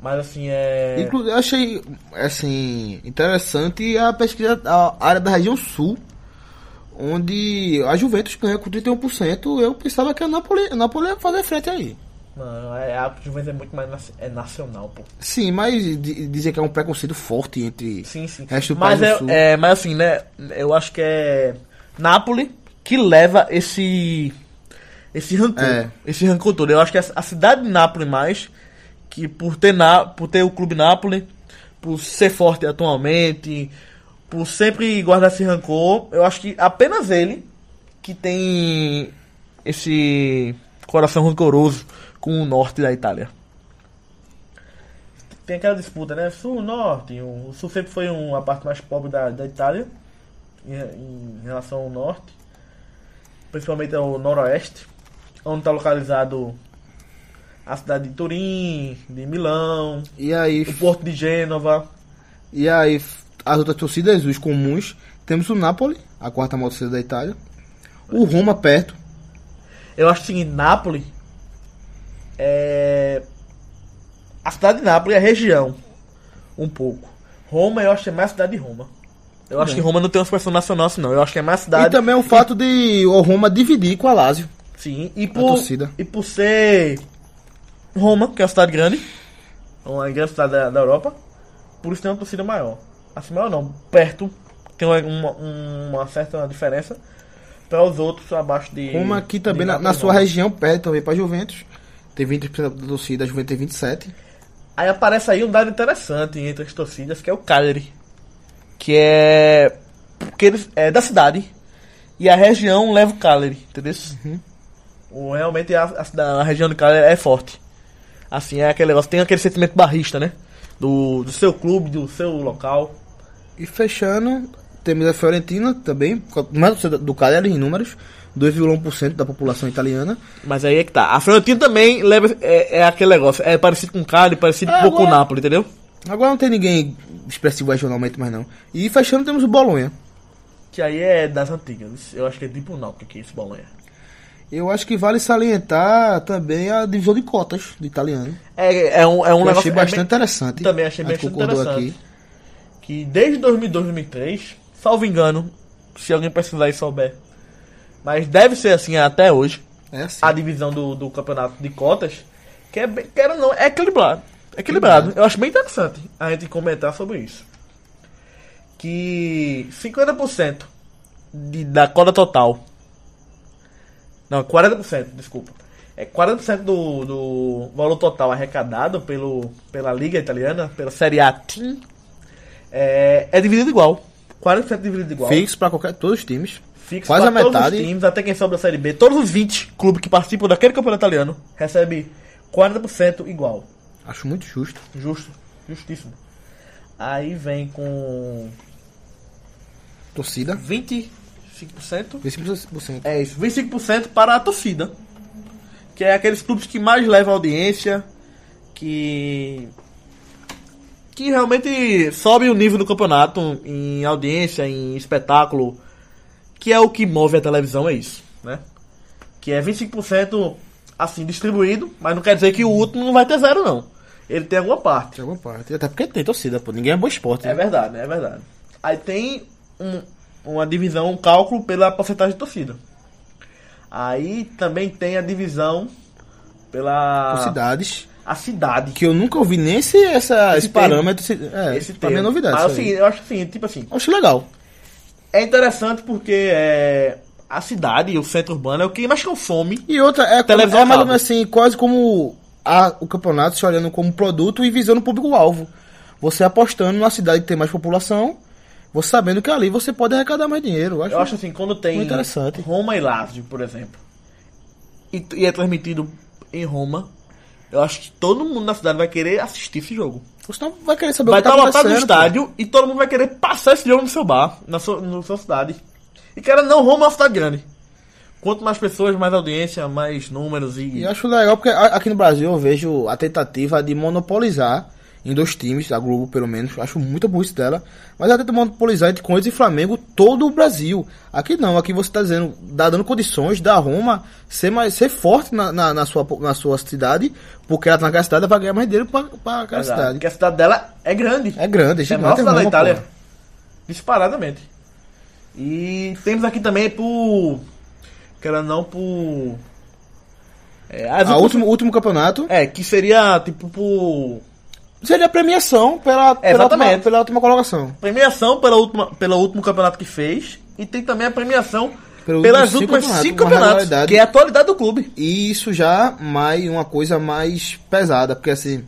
S3: Mas assim é.
S2: Inclu- eu achei assim interessante a pesquisa a área da região sul, onde a Juventus ganha com 31%. Eu pensava que a Napoli, a Napoli ia fazer frente aí.
S3: Não, é, a Juventus é muito mais naci- é nacional, pô.
S2: Sim, mas di- dizem que é um preconceito forte entre
S3: Sim, sim.
S2: resto do
S3: mas,
S2: país
S3: é,
S2: do sul.
S3: é, mas assim, né? Eu acho que é Nápoles que leva esse. Esse rancor.
S2: É.
S3: Esse rancor todo. Eu acho que a, a cidade de Nápoles mais, que por ter, na, por ter o clube Nápoles, por ser forte atualmente, por sempre guardar esse rancor, eu acho que apenas ele que tem esse coração rancoroso com o norte da Itália. Tem aquela disputa, né? Sul, norte. O sul sempre foi um, a parte mais pobre da, da Itália em, em relação ao norte, principalmente ao noroeste, onde está localizado a cidade de Turim, de Milão,
S2: E aí,
S3: o porto de Gênova.
S2: e aí f- as outras torcidas, os comuns, temos o Napoli, a quarta maior torcida da Itália, o Roma perto,
S3: Eu acho que em Nápoles é a cidade de Nápoles é a região um pouco. Roma eu acho que é mais a cidade de Roma. Eu acho que Roma não tem uma expressão nacional assim, não. Eu acho que é mais a cidade.
S2: e também o fato de o Roma dividir com a Lazio.
S3: Sim, e por,
S2: torcida.
S3: e por ser Roma, que é uma cidade grande, uma grande cidade da, da Europa, por isso tem uma torcida maior. Assim, maior não, perto, tem uma, uma, uma certa diferença para os outros abaixo de.
S2: Roma aqui também
S3: de
S2: na, na
S3: Nápoles,
S2: sua
S3: Roma.
S2: região perde também para Juventus. Tem 20% da torcida, a Juventus tem 27.
S3: Aí aparece aí um dado interessante entre as torcidas, que é o Cagliari. Que é. Porque ele é da cidade. E a região leva o Cagliari, entendeu?
S2: Uhum.
S3: Ou Realmente a, a cida- a região do Cagliari é forte. Assim, é aquele negócio. Tem aquele sentimento barrista, né? Do, do seu clube, do seu local.
S2: E fechando, temos a Fiorentina também, mais torcida do Cagliari em números, 2,1% da população italiana.
S3: Mas aí é que tá. A Fiorentina também leva, é, é aquele negócio. É parecido com o Cagliari, parecido
S2: É,
S3: um pouco com o
S2: agora-
S3: Napoli, entendeu?
S2: Agora não tem ninguém expressivo regionalmente mais não. E fechando temos o Bolonha.
S3: Que aí é das antigas. Eu acho que é tipo o Náutico que esse Bolonha.
S2: Eu acho que vale salientar também a divisão de cotas do italiano.
S3: É, é um, é um
S2: Eu
S3: negócio
S2: achei
S3: é bem-
S2: bastante interessante.
S3: Também achei
S2: A gente
S3: bastante
S2: concordou
S3: interessante. que desde 2002, 2003, salvo engano, se alguém precisar e souber, mas deve ser assim até hoje,
S2: É assim.
S3: a divisão do, do campeonato de cotas, que é, bem- quer ou não, é equilibrado. É equilibrado. Eu acho bem interessante a gente comentar sobre isso. Que 50% de, da cota total. Não, 40%, desculpa. É 40% do, do valor total arrecadado pelo, pela Liga Italiana, pela Série A Team, é, é dividido igual. 40% dividido igual
S2: Fixo para qualquer todos os times.
S3: fixo
S2: Quase
S3: pra
S2: a
S3: todos
S2: metade.
S3: os times, até quem sobe da Série B, todos os 20 clubes que participam daquele campeonato italiano recebe 40% igual.
S2: Acho muito justo.
S3: Justo, justíssimo. Aí vem com
S2: Torcida,
S3: 25%.
S2: 25%.
S3: É isso, 25% para a torcida. Que é aqueles clubes que mais levam audiência, que que realmente sobe o nível do campeonato em audiência, em espetáculo, que é o que move a televisão, é isso, né? Que é 25% assim distribuído, mas não quer dizer que o último não vai ter zero, não. Ele tem alguma parte.
S2: Tem alguma parte. Até porque tem torcida, pô. Ninguém é bom esporte.
S3: É
S2: né?
S3: verdade, é verdade. Aí tem um- uma divisão, um cálculo pela porcentagem de torcida. Aí também tem a divisão pela
S2: Por Cidades.
S3: a cidade.
S2: Que eu nunca ouvi nem esse, essa, esse,
S3: termo.
S2: parâmetro. se- É,
S3: Esse
S2: pra mim é
S3: termo.
S2: novidade.
S3: Mas
S2: isso aí.
S3: assim, eu acho assim, tipo assim,
S2: Acho legal.
S3: é interessante porque é, a cidade, o centro urbano é o que mais consome.
S2: E outra, é, como, é
S3: Televisão
S2: mais ou
S3: cabo.
S2: menos assim, quase como a- o campeonato se olhando como produto e visando o público-alvo. Você apostando numa cidade que tem mais população, você sabendo que ali você pode arrecadar mais dinheiro. Eu acho,
S3: Eu acho assim, quando tem
S2: Muito interessante.
S3: Roma e Lazio, por exemplo, e, e é transmitido em Roma, eu acho que todo mundo na cidade vai querer assistir esse jogo.
S2: Você não vai querer saber
S3: Vai
S2: o que
S3: estar
S2: tá
S3: lotado no
S2: acontecendo, pô.
S3: estádio e todo mundo vai querer passar esse jogo no seu bar, na sua, na sua cidade. E cara, não, Roma é uma cidade grande. Quanto mais pessoas, mais audiência, mais números
S2: E
S3: e.
S2: eu acho legal porque a- aqui no Brasil eu vejo a tentativa de monopolizar em dois times, a Globo pelo menos, acho muito burro isso dela, mas ela tenta monopolizar entre Corinthians e Flamengo todo o Brasil. Aqui não, aqui você está dizendo, dá dando condições da Roma ser, mais, ser forte na, na, na sua, na sua cidade, porque ela tá naquela cidade para ganhar mais dinheiro para aquela é
S3: Exato,
S2: cidade.
S3: Porque a cidade dela é grande.
S2: É grande, é
S3: É
S2: gigante.
S3: maior cidade da
S2: Roma,
S3: Itália.
S2: porra.
S3: Disparadamente. E temos aqui também por. Quero não por. É, as
S2: A
S3: outras-
S2: último, último campeonato
S3: é, que seria tipo por.
S2: seria a premiação pela, pela, última,
S3: É. exatamente.
S2: pela última colocação.
S3: Premiação pela última, pelo último campeonato que fez. E tem também a premiação
S2: Pelo
S3: pelas
S2: último cinco
S3: últimas
S2: campeonatos,
S3: cinco
S2: uma
S3: campeonatos.
S2: regularidade.
S3: Que é a atualidade do clube.
S2: E isso já mais uma coisa mais pesada, porque assim,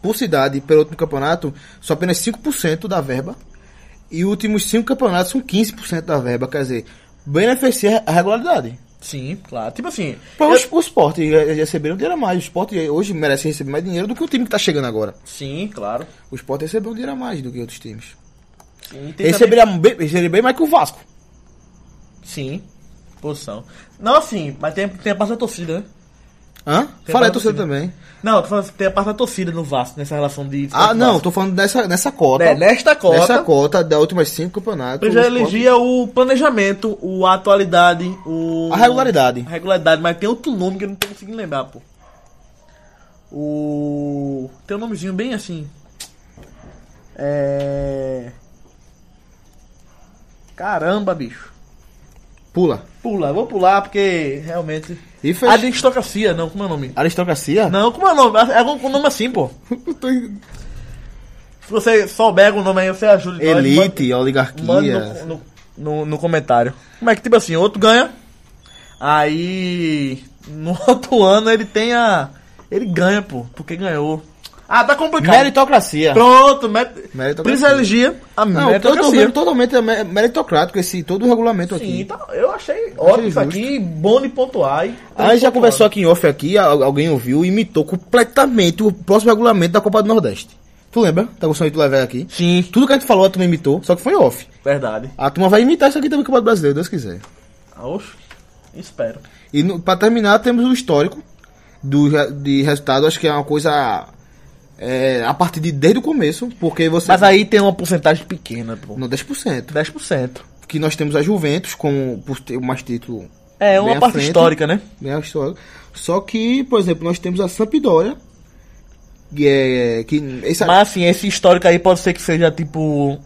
S2: por cidade, pelo último campeonato, só apenas 5% da verba. E os últimos 5 campeonatos são 15% da verba, quer dizer, beneficia a regularidade.
S3: Sim, claro. Tipo assim.
S2: Para
S3: eu-
S2: os- o esporte eh, receberam dinheiro a mais. O esporte eh, hoje merece receber mais dinheiro do que o time que está chegando agora.
S3: é, Sim, claro.
S2: O esporte recebeu um dinheiro a mais do que outros times.
S3: Sim, tem
S2: Receberia bem, receberia bem mais que o Vasco.
S3: também- Sim. Posição. Não, assim, mas tem, tem a parte da torcida, né?
S2: Hã?
S3: Tem
S2: Falei
S3: mais
S2: torcida
S3: torcida.
S2: também.
S3: Não, eu tô falando assim, tem a parte da torcida no Vasco, nessa relação de.
S2: Ah, não,
S3: Vasco.
S2: tô falando dessa, nessa cota.
S3: É, nesta cota.
S2: Nessa cota, da últimas 5 campeonatos.
S3: Eu já é
S2: o esporte-
S3: elegia o planejamento, o a atualidade, o.
S2: A regularidade.
S3: A regularidade, mas tem outro nome que eu não tô conseguindo lembrar, pô. O. Tem um nomezinho bem assim. É. Caramba, bicho.
S2: Pula.
S3: Pula, eu vou pular porque realmente.
S2: E fez.
S3: Aristocracia, não, como é o nome?
S2: Aristocracia?
S3: Não, como é o nome? É algum um nome assim, pô. Se você souber algum nome aí, você ajuda. nós,
S2: Elite,
S3: manda- Manda,
S2: oligarquia.
S3: Um no, no, no- no comentário. Como é que, tipo assim, outro ganha, aí no outro ano ele tem a... Ele ganha, pô, porque ganhou. Ah, tá complicado.
S2: Meritocracia.
S3: Pronto, met...
S2: Meritocracia.
S3: Precisa eleger é a é
S2: Não, eu tô- eu tô
S3: meritocracia.
S2: vendo totalmente me- meritocrático esse todo o regulamento
S3: Sim,
S2: aqui.
S3: tá, eu achei ótimo isso
S2: justo.
S3: aqui, bom tá de pontuar. e-
S2: A gente já conversou aqui em off aqui, al- alguém ouviu e imitou completamente o próximo regulamento da Copa do Nordeste. Tu lembra? Tá gostando de tu levar aqui?
S3: Sim,
S2: Tudo que a gente falou, a turma imitou, só que foi em off.
S3: verdade.
S2: A turma vai imitar isso aqui também, Copa do Brasileiro, Deus quiser.
S3: Oxe, espero.
S2: E no, pra terminar, temos o histórico do, re- de resultado. Acho que é uma coisa é, a partir de desde o começo, porque você.
S3: Mas aí tem uma porcentagem pequena, pô.
S2: Não, 10%.
S3: 10%.
S2: que nós temos a Juventus com por ter mais título
S3: É,
S2: Bem
S3: uma
S2: à
S3: parte
S2: frente.
S3: histórica, né?
S2: né, histórico. Só que, por exemplo, nós temos a Sampdoria que é que esse
S3: Mas assim, esse histórico aí pode ser que seja tipo.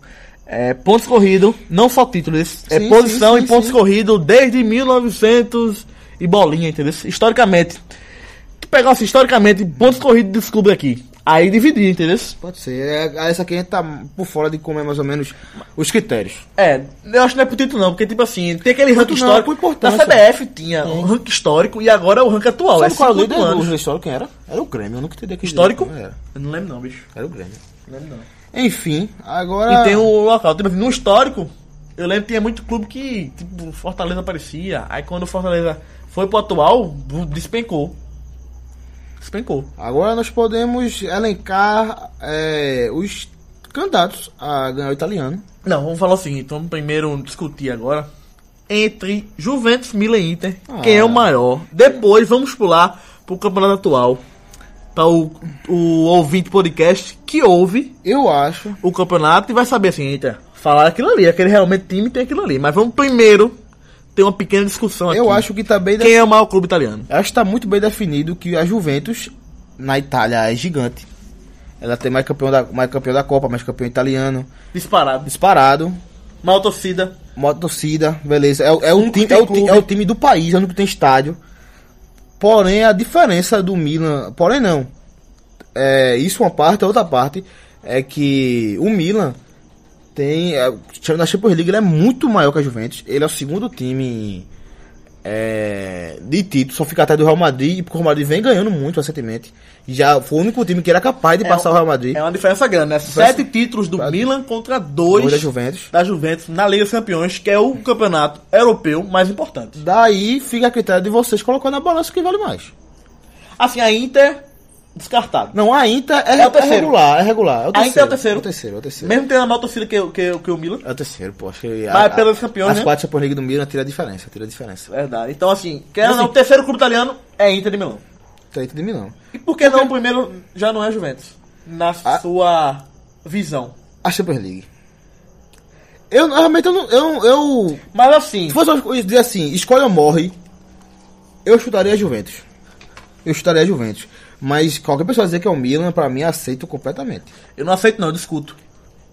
S3: É, pontos corridos, não só títulos, é
S2: Sim,
S3: posição
S2: sim, sim,
S3: e pontos
S2: sim.
S3: corridos desde 1900 e bolinha, entendeu? Historicamente. Tu pegasse historicamente pontos corridos desse clube aqui, aí dividir, entendeu?
S2: pode ser. É, essa aqui a gente tá por fora de como é mais ou menos os critérios.
S3: É, eu acho que não é por título não, porque tipo assim, tem aquele ranking
S2: não, é por
S3: histórico. na
S2: importância.
S3: CBF tinha um ranking histórico e agora é o ranking atual. é
S2: Sabe qual é o líder
S3: 58 anos.
S2: do histórico? Quem era? Era o Grêmio, eu nunca entendi aquele
S3: Histórico?
S2: líder, Era,
S3: Eu não lembro não, bicho.
S2: era o Grêmio. um-
S3: Não lembro não.
S2: Enfim, agora
S3: E tem o local. Tipo, assim, no histórico, eu lembro que tinha muito clube que, tipo, Fortaleza aparecia. Aí quando o Fortaleza foi pro atual, bu- despencou. Despencou.
S2: Agora nós podemos elencar é, os candidatos a ganhar o italiano.
S3: Não, vamos falar o seguinte, vamos primeiro discutir agora. Entre Juventus, Milan e Inter,
S2: Ah.
S3: quem é o maior? Depois vamos pular pro campeonato atual. Pra o, o ouvinte podcast que ouve
S2: Eu acho
S3: o campeonato e vai saber assim, Inter. Falar aquilo ali, aquele realmente time tem aquilo ali. Mas vamos primeiro ter uma pequena discussão
S2: Eu
S3: aqui.
S2: acho que tá bem
S3: Quem é o maior clube italiano?
S2: Eu acho que tá muito bem definido que a Juventus, na Itália, é gigante. Ela tem mais campeão da, mais campeão da Copa, mais campeão italiano.
S3: Disparado.
S2: Disparado.
S3: Maior torcida.
S2: Maior torcida, beleza. É, o- é o
S3: Único que
S2: time, é,
S3: tem
S2: o, ti-
S3: clube.
S2: é o time do país, é o único que tem estádio. Porém, a diferença do Milan. Porém, não. É, isso uma parte, a outra parte é que o Milan tem. É, na Champions League ele é muito maior que a Juventus. Ele é o segundo time é, de título, só fica atrás do Real Madrid, porque o Real Madrid vem ganhando muito recentemente. Já foi o único time que era capaz de
S3: É
S2: passar
S3: um-
S2: o Real Madrid.
S3: É uma diferença grande, né? Sete títulos do Milan contra dois,
S2: Dois da Juventus.
S3: da Juventus na Liga dos Campeões, que é o campeonato europeu mais importante.
S2: Daí fica a critério de vocês colocar na balança o que vale mais.
S3: Assim, a Inter, descartada.
S2: Não, a Inter é,
S3: É o
S2: é
S3: terceiro.
S2: regular, é regular. É o
S3: A Inter é o terceiro.
S2: É o terceiro, é o terceiro.
S3: Mesmo tendo a maior torcida que, o- que, o- que o Milan.
S2: É o terceiro, pô. Acho que
S3: Vai pelos campeões,
S2: As
S3: né?
S2: quatro Champions League do Milan tira a diferença, tira a diferença.
S3: Verdade. Então, assim, quer ou não, o terceiro clube italiano é a Inter de Milão.
S2: Tá de mim, não.
S3: E por que não o primeiro já não é a Juventus? Na
S2: Ah.
S3: sua visão.
S2: A Champions League. Eu, eu realmente, eu, não- eu, eu...
S3: Mas assim,
S2: Se fosse eu dizer assim, escolhe ou morre, eu chutaria a Juventus. Eu chutaria a Juventus. Mas qualquer pessoa dizer que é o Milan, pra mim, aceito completamente.
S3: eu não aceito não, eu discuto.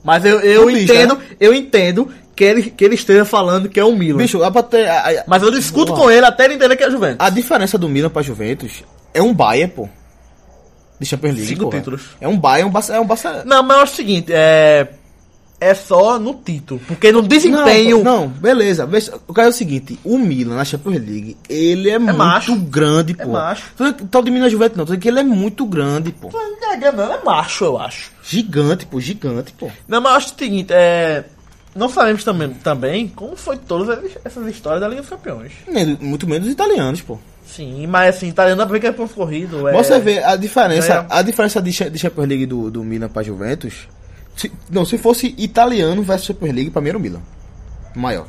S3: Mas eu, eu
S2: Clubista,
S3: entendo, né? eu entendo que ele, que ele esteja falando que é o Milan.
S2: Bicho, dá pra ter... A, a-
S3: Mas eu discuto
S2: Vamos lá.
S3: com ele até ele entender que é a Juventus.
S2: A diferença do Milan pra Juventus é um Bayern, pô. De Champions League,
S3: Cinco
S2: porra.
S3: títulos.
S2: É um Bayern, é um Barça... É um Barça...
S3: Não, mas é o seguinte, é. É só no título. Porque no desempenho.
S2: Não, não, beleza. Mas O cara é o seguinte, o Milan na Champions League, ele é, muito
S3: macho. É
S2: grande, pô.
S3: macho.
S2: Tô dizendo que Tal de Minas Juventus não, tô dizendo que ele é muito grande, pô.
S3: Não, é grande, não, é macho, eu acho.
S2: Gigante, pô, gigante, pô.
S3: Não, mas eu acho o seguinte, é. Não sabemos também, também como foi todas as- essas histórias da Liga dos Campeões.
S2: Nem- Muito menos os italianos, pô.
S3: Sim, mas assim, tá dando a ver que é ponto corrido. É...
S2: Você vê a diferença,
S3: Ganha.
S2: a diferença de, Cha- de Champions League do, do Milan pra Juventus. Se- não, se fosse italiano versus Champions League, pra mim era o Milan. Maior.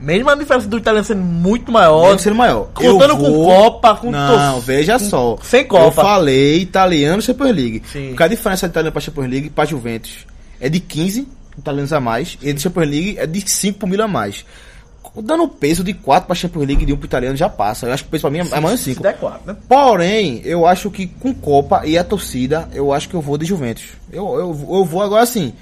S3: Mesmo a diferença do italiano sendo muito maior.
S2: Deve ser maior.
S3: Contando
S2: Eu
S3: com Copa, com
S2: Não,
S3: tor-
S2: veja
S3: com-
S2: só.
S3: sem Copa.
S2: Eu falei italiano Champions League.
S3: Sim.
S2: Porque a diferença de italiano pra Champions League pra Juventus é de 15 italianos a mais. E de Champions League é de 5 pro Milan a mais. Dando o peso de 4 pra Champions League e de 1 pro italiano já passa. Eu acho que o peso pra mim é é maior de
S3: Se
S2: 5.
S3: der quatro, né?
S2: Porém, eu acho que com Copa e a torcida, eu acho que eu vou de Juventus. Eu, eu, eu vou agora assim.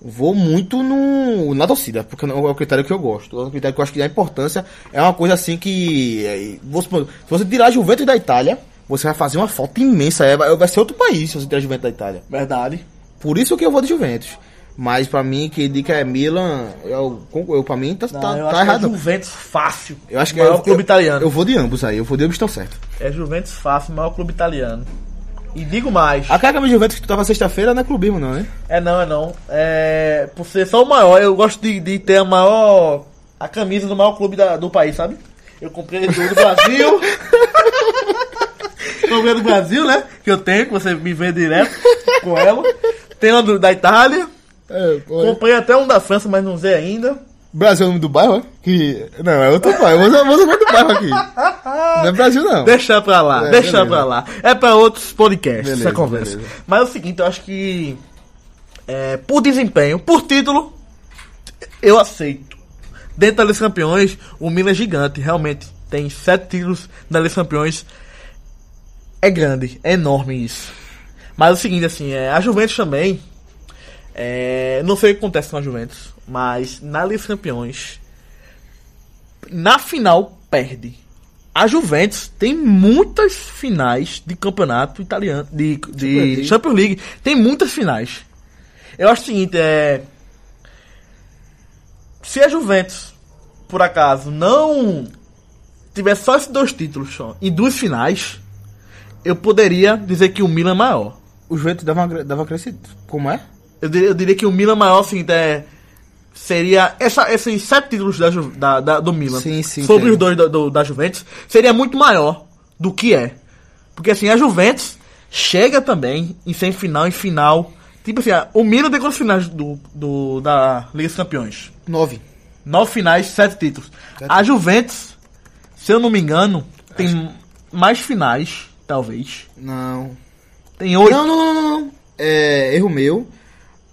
S2: Vou muito no, na torcida, porque não é o critério que eu gosto. É um critério que eu acho que dá importância. É uma coisa assim que. é, vou supor, se você tirar a Juventus da Itália, você vai fazer uma falta imensa. É, vai vai ser outro país se você tirar a Juventus da Itália.
S3: Verdade.
S2: Por isso que eu vou de Juventus. Mas pra mim, que dica é Milan, eu, eu, pra mim tá,
S3: Não,
S2: tá,
S3: eu
S2: tá
S3: acho que é
S2: errado.
S3: Juventus fácil.
S2: Eu acho que é
S3: maior
S2: eu,
S3: é clube
S2: eu-
S3: italiano.
S2: Eu vou de ambos aí, eu vou de ambos estão certo.
S3: É Juventus fácil, maior clube italiano. E digo mais.
S2: A carga de Juventus que tu tava sexta-feira não é clubismo, não, né?
S3: É não, é não. É. Por ser só o maior, eu gosto de, de ter a maior. a camisa do maior clube da- do país, sabe? Eu comprei do, do Brasil. comprei do Brasil, né? Que eu tenho, que você me vê direto com ela. Tem uma do- da Itália.
S2: É,
S3: Comprei até um da França, mas não usei ainda.
S2: Brasil é o nome do bairro, é? Que... Não, é outro bairro. Vamos vamos usar outro bairro aqui. Não é Brasil, não.
S3: Deixa pra lá,
S2: É,
S3: deixa
S2: beleza.
S3: pra lá. É pra outros podcasts
S2: Beleza,
S3: essa conversa.
S2: beleza.
S3: Mas é o seguinte, eu acho que. é, por desempenho, por título, eu aceito. Dentro da Liga dos Campeões, o Milan é gigante, realmente. Tem sete títulos na Liga dos Campeões. É grande, é enorme isso. Mas é o seguinte, assim, é, a Juventus também. é, não sei o que acontece com a Juventus, mas na Liga dos Campeões, na final, perde. A Juventus tem muitas finais de campeonato italiano, de, de
S2: League.
S3: Champions League. Tem muitas finais. Eu acho o seguinte, é. Se a Juventus, por acaso, não tivesse só esses dois títulos só, em duas finais, eu poderia dizer que o Milan é maior.
S2: O Juventus dava uma, cre- dava uma crescida. Como é?
S3: Eu diria, eu diria que o Milan é maior, assim, é, seria essa, esses sete títulos da, Ju- da- da- do Milan
S2: Sim, sim,
S3: sobre
S2: tem.
S3: os dois do- do- da Juventus, seria muito maior do que é. Porque, assim, a Juventus chega também em semifinal, em final. Tipo assim, ah, o Milan tem quantas finais do, do- da Liga dos Campeões?
S2: Nove.
S3: Nove finais, sete títulos. A Juventus, se eu não me engano, tem mais finais, talvez.
S2: Não.
S3: Tem oito.
S2: Não, não, não, não, não. É, erro meu.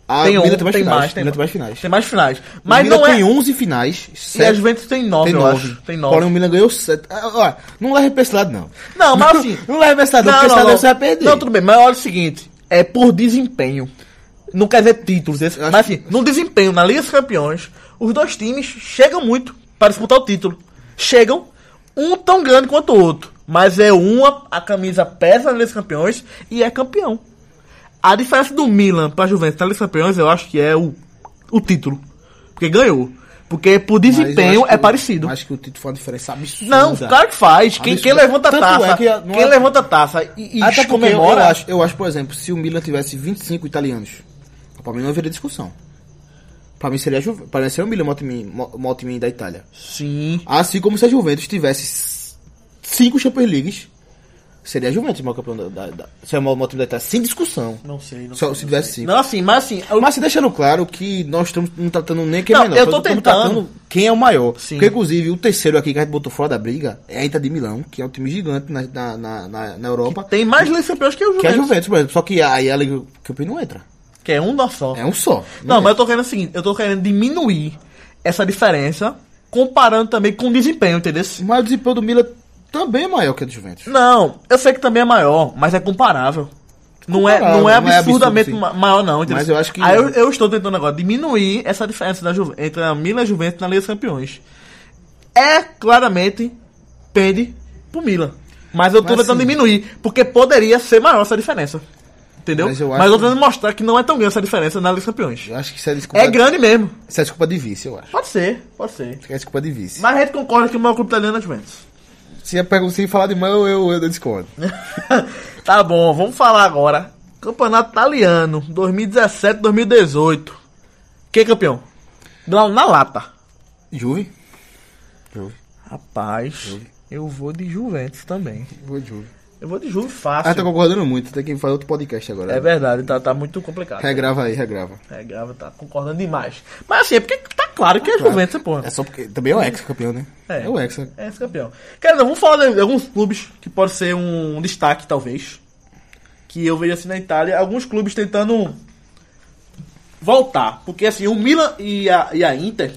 S2: A
S3: Tem
S2: Milan
S3: um,
S2: tem mais
S3: tem
S2: finais.
S3: mais,
S2: Milan tem
S3: tem mais.
S2: mais finais.
S3: Tem mais finais. Mas
S2: Milan
S3: não é.
S2: tem 11 finais.
S3: E a
S2: sete-
S3: Juventus tem nove,
S2: tem um
S3: eu
S2: 9.
S3: acho. Tem nove.
S2: Porém, o Milan ganhou 7. Olha, não leva pra esse lado, não.
S3: Não, mas assim-
S2: não leva pra esse lado, não, porque esse lado você vai perder.
S3: Não, tudo bem, mas olha o seguinte: é por desempenho. Não quer dizer títulos, esse-
S2: Eu acho
S3: mas assim, no desempenho, na Liga dos Campeões, os dois times chegam muito para disputar o título. Chegam, um tão grande quanto o outro. Mas é uma, a camisa pesa na Liga dos Campeões e é campeão. A diferença do Milan para a Juventus na Liga dos Campeões, eu acho que é o, o título. Porque ganhou. Porque por
S2: Mas eu
S3: desempenho
S2: acho que
S3: é
S2: o-
S3: parecido.
S2: Acho que o título foi uma diferença absurda.
S3: Não, claro que faz. Quem,
S2: tá. Absurdo.
S3: quem levanta a
S2: Tanto
S3: taça,
S2: é que não
S3: quem
S2: é-
S3: levanta a taça e, e
S2: Até porque eu,
S3: comemora,
S2: acho, eu acho, por exemplo, se o Milan tivesse 25 italianos, pra mim não haveria discussão. Pra mim seria, a Juve- pra mim seria o Milan o maior time- o maior time da Itália.
S3: Sim.
S2: Assim como se a Juventus tivesse cinco Champions Leagues, seria a Juventus o maior campeão da, da, da, seria o maior- maior time da Itália, sem discussão.
S3: Não sei, não
S2: Só
S3: sei,
S2: se
S3: não
S2: tivesse
S3: sei.
S2: cinco.
S3: Não, assim, mas assim. eu-
S2: Mas se deixando claro que nós estamos não tratando nem quem é
S3: Não,
S2: menor.
S3: eu tô
S2: estamos
S3: tentando.
S2: tratando quem é o maior.
S3: Sim.
S2: Porque, inclusive, o terceiro aqui que a gente botou fora da briga é a Inter de Milão, que é um time gigante na, na, na, na- na Europa.
S3: Tem mais leis campeões que o Juventus.
S2: Que é a Juventus, por exemplo. Só que aí a Liga Campeã não entra.
S3: Que é um só.
S2: É um só.
S3: Não, mas eu
S2: entra.
S3: tô querendo o seguinte: eu tô querendo diminuir essa diferença, comparando também com o desempenho, entendeu?
S2: Mas o desempenho do Milan também é maior que a do Juventus.
S3: Não, eu sei que também é maior, mas é comparável. Não é,
S2: Comparável,
S3: não é
S2: não é
S3: absurdamente
S2: absurdo,
S3: ma- maior, não. entendeu?
S2: Mas eu acho que-
S3: Aí eu, eu estou tentando agora diminuir essa diferença da Juve- entre a Milan e a Juventus na Liga dos Campeões. É claramente pende pro Milan. Mas eu estou
S2: Mas,
S3: tentando
S2: assim-
S3: diminuir, porque poderia ser maior essa diferença. Entendeu?
S2: Mas
S3: Mas eu,
S2: eu
S3: estou
S2: acho
S3: tentando mostrar que não é tão grande essa diferença na Liga dos Campeões.
S2: Eu acho que isso é desculpa,
S3: É grande mesmo.
S2: isso é desculpa de vice, eu acho.
S3: Pode ser, pode ser.
S2: Isso é desculpa de vice.
S3: Mas a gente concorda que o maior clube italiano é a Juventus.
S2: Se, a pergunta, se falar de mão, eu, eu, eu discordo.
S3: tá bom, vamos falar agora. Campeonato italiano, 2017-2018. Quem é campeão? Na, na lata.
S2: Juve? Juve.
S3: Rapaz, eu vou de Juventus também.
S2: Vou de Juve.
S3: Eu vou de Juve
S2: Ah, tá
S3: fácil.
S2: concordando muito. Tem que fazer outro podcast agora.
S3: É verdade, tá, tá muito complicado.
S2: Regrava aí, regrava.
S3: É, grava, tá concordando demais. Mas assim, é porque tá claro que é Juventus, porra.
S2: É só porque também é o ex-campeão, né? É, o ex.
S3: É esse campeão. Cara, vamos falar de alguns clubes que pode ser um destaque, talvez. Que eu vejo assim na Itália, alguns clubes tentando voltar. Porque assim, o Milan e a, e a Inter,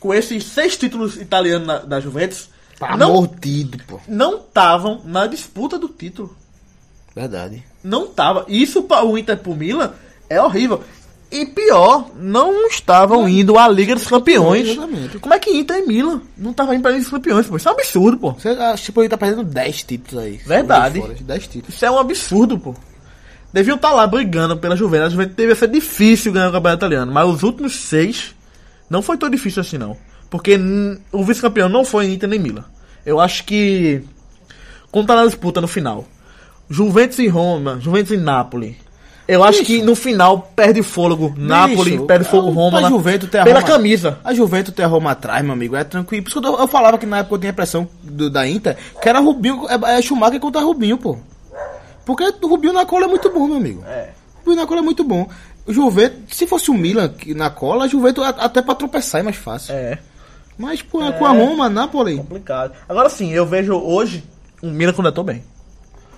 S3: com esses seis títulos italianos na- da Juventus,
S2: Tá
S3: não
S2: mordido, pô.
S3: não estavam na disputa do título.
S2: Verdade.
S3: Não tava. Isso para o Inter pro Milan é horrível. E pior, não estavam indo à Liga dos Campeões.
S2: Exatamente.
S3: Como é que Inter e Milan não estavam indo pra Liga dos Campeões, pô? Isso é um absurdo, pô.
S2: Você, a Chipoli tá perdendo 10 títulos aí.
S3: Verdade.
S2: Fora de fora, 10 títulos.
S3: Isso é um absurdo, pô. Deviam estar lá brigando pela Juventus. A Juventus devia ser difícil ganhar o campeonato italiano. Mas os últimos seis não foi tão difícil assim, não. Porque hum, o vice-campeão não foi Inter nem Milan. Eu acho que. Como tá na disputa no final. Juventus e Roma, Juventus e Nápoles. Eu acho que no final perde fôlego Nápoles,
S2: Bicho,
S3: perde fogo
S2: é a-
S3: Roma.
S2: A um Juventus tem a
S3: pela
S2: Roma-
S3: camisa.
S2: A Juventus tem a Roma atrás, meu amigo. É tranquilo. Por isso que eu, eu falava que na época eu tinha a impressão do- da Inter que era Rubinho. É, é Schumacher contra Rubinho, pô. Porque o Rubinho na cola é muito bom, meu amigo.
S3: É.
S2: O Rubinho na cola é muito bom. O Juventus, se fosse o Milan que na cola, a Juventus a- até pra tropeçar é mais fácil.
S3: É.
S2: Mas pô, com a Roma, Napoli.
S3: Complicado. Agora sim, eu vejo hoje o Milan contratou bem.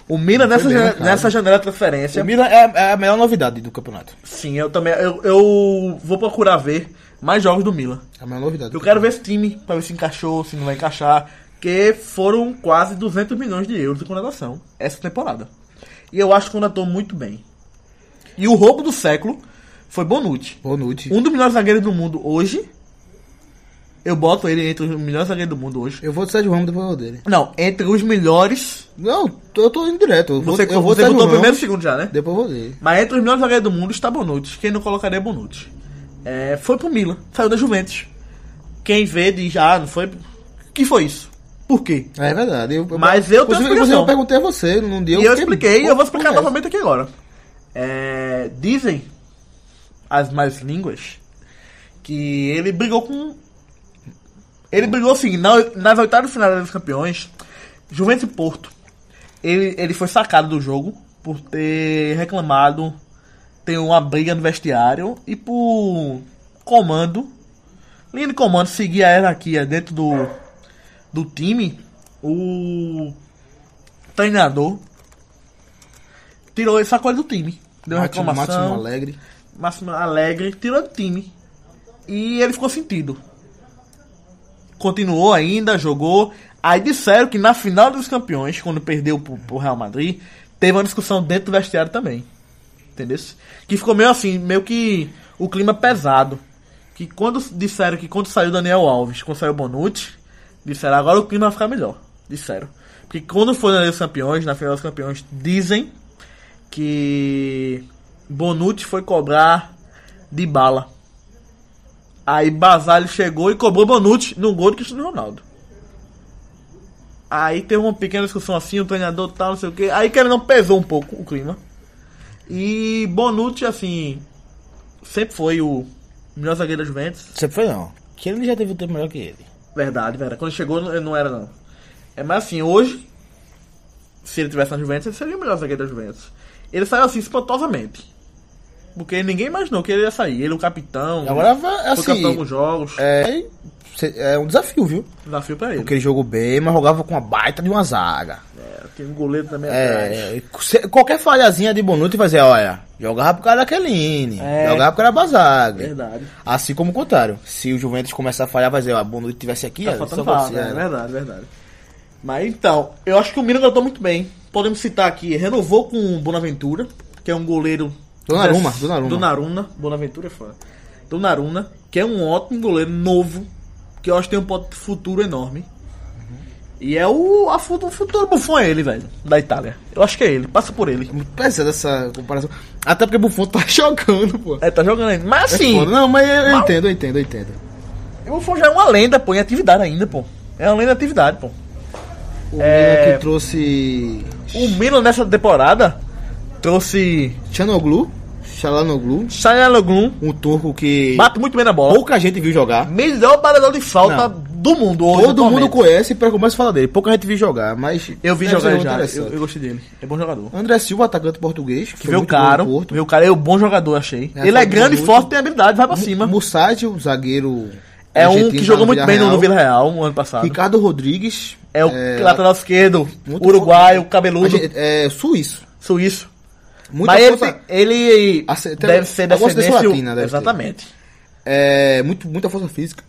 S3: O Milan nessa,
S2: bem, né,
S3: janela,
S2: cara.
S3: nessa janela de transferência.
S2: O Milan é, é a melhor novidade do campeonato.
S3: Sim, eu também. Eu, eu vou procurar ver mais jogos do Milan.
S2: É a melhor novidade. do
S3: Eu quero ver esse time pra ver se encaixou, se não vai encaixar. Que foram quase 200 milhões de euros de contratação essa temporada. E eu acho que contratou muito bem. E o roubo do século foi Bonucci.
S2: Bonucci.
S3: Um dos melhores zagueiros do mundo hoje. Eu boto ele entre os melhores zagueiros do mundo hoje.
S2: Eu vou de Sérgio Ramos depois eu dele.
S3: Não, entre os melhores
S2: Não, tô- eu tô indo direto. Eu vou,
S3: Você,
S2: eu vou
S3: você
S2: Sérgio
S3: botou o
S2: Ramos,
S3: primeiro e o segundo já, né?
S2: Depois eu vou dele.
S3: Mas entre os melhores jogadores do mundo está Bonucci. Quem não colocaria é Bonucci? É, foi pro Milan, saiu da Juventus. Quem vê diz, ah, não foi... que foi isso? Por quê?
S2: É verdade. Eu,
S3: Mas eu tenho
S2: inclusive,
S3: explicação.
S2: Eu perguntei a você num dia.
S3: e eu
S2: fiquei-
S3: expliquei, e eu vou explicar
S2: Pô,
S3: novamente aqui agora. É, dizem as mais línguas que ele brigou com. Ele brigou assim, na, nas oitavas de final dos campeões, Juventus e Porto. Ele, ele foi sacado do jogo por ter reclamado, ter uma briga no vestiário e por comando. Linha de comando, seguir a hierarquia dentro do, do time. O treinador tirou essa coisa do time. Deu uma
S2: Mátimo,
S3: reclamação.
S2: Mátimo um Alegre.
S3: Máximo Alegre tirou do time. E ele ficou sentido. Continuou ainda, jogou. Aí disseram que na final dos campeões, quando perdeu pro, pro Real Madrid, teve uma discussão dentro do vestiário também. Entendeu? Que ficou meio assim, meio que o clima pesado. Que quando disseram que quando saiu Daniel Alves, quando saiu Bonucci, disseram agora o clima vai ficar melhor. Disseram. Porque quando foi na Liga dos Campeões, na final dos campeões, dizem que Bonucci foi cobrar de bala. Aí Basile chegou e cobrou Bonucci no gol do Cristiano Ronaldo. Aí teve uma pequena discussão assim, o treinador tal, não sei o que. Aí que ele não pesou um pouco o clima. E Bonucci, assim, sempre foi o melhor zagueiro da Juventus.
S4: Sempre foi não. Que ele já teve um tempo melhor que ele.
S3: Verdade, verdade. Quando chegou, ele não era, não. É, mas assim, hoje, se ele tivesse na Juventus, ele seria o melhor zagueiro da Juventus. Ele saiu assim, espantosamente. Porque ninguém imaginou que ele ia sair. Ele, o capitão.
S2: Agora, va-
S3: foi capitão
S2: assim,
S3: com jogos.
S2: É, cê- é um desafio, viu?
S3: Desafio pra ele.
S2: Porque ele jogou bem, mas jogava com uma baita de uma zaga.
S3: É, tem um goleiro também atrás.
S2: É, se- qualquer falhazinha de Bonucci vai dizer, olha, jogava pro cara da Kelini,
S3: É.
S2: jogava pro cara da Basaglia.
S3: Verdade.
S2: Assim como o contrário. Se o Juventus começar a falhar, vai dizer, ó, a Bonucci tivesse aqui,
S3: Tá
S2: ó, só
S3: faltando palavra,
S2: você,
S3: é
S2: é.
S3: verdade, verdade. Mas então, eu acho que o Milan tratou muito bem. Podemos citar aqui, renovou com o Bonaventura, que é um goleiro.
S2: Donnarumma,
S3: Dess-
S2: Donnarumma.
S3: Donnarumma, Bonaventura é fã. Donnarumma, que é um ótimo goleiro novo, que eu acho que tem um pot- futuro enorme. E é o, a fu- o futuro Buffon é ele, velho, da Itália. Eu acho que é ele, passa por ele.
S2: Muito pesada essa comparação. Até porque Buffon tá jogando, pô.
S3: É, tá jogando ainda. Mas
S2: É
S3: assim,
S2: foda. Não, mas eu, eu
S3: Mal.
S2: entendo, eu entendo, eu entendo.
S3: o Buffon já é uma lenda, pô, em atividade ainda, pô. É uma lenda em atividade, pô.
S2: O
S3: É.
S2: Milan que trouxe
S3: O Milan nessa temporada trouxe
S2: Chanoglu, Chalanoglu,
S3: Sanyalogun,
S2: um turco que
S3: bate muito bem na bola.
S2: pouca gente viu jogar.
S3: Melhor parador de falta
S2: Não.
S3: do mundo. hoje,
S2: Todo mundo
S3: atualmente.
S2: conhece e começa a falar dele. Pouca gente viu jogar, mas...
S3: Eu vi
S2: deve ser
S3: jogar
S2: um
S3: já.
S2: interessante.
S3: Eu, eu gostei dele. É bom jogador.
S2: André Silva, atacante português,
S3: Que veio caro. Veio caro. É um bom jogador, achei.
S2: É,
S3: ele é
S2: foi
S3: grande,
S2: muito.
S3: forte, tem habilidade, vai pra cima.
S2: Cima. Mussati, o zagueiro.
S3: É um
S2: argentino
S3: que
S2: lá
S3: jogou
S2: no
S3: muito bem
S2: Villarreal.
S3: no, no Vila Real no ano passado.
S2: Ricardo Rodrigues.
S3: É o lateral esquerdo,
S2: muito
S3: uruguaio, cabeludo,
S2: arge- É, suíço.
S3: suíço.
S2: Muita
S3: Mas ele,
S2: força-
S3: tem- ele
S2: Ace- tem-
S3: deve ser
S2: alguma seleção
S3: descendência. um-
S2: latina deve ter.
S3: Exatamente.
S2: É, muito, muita força física.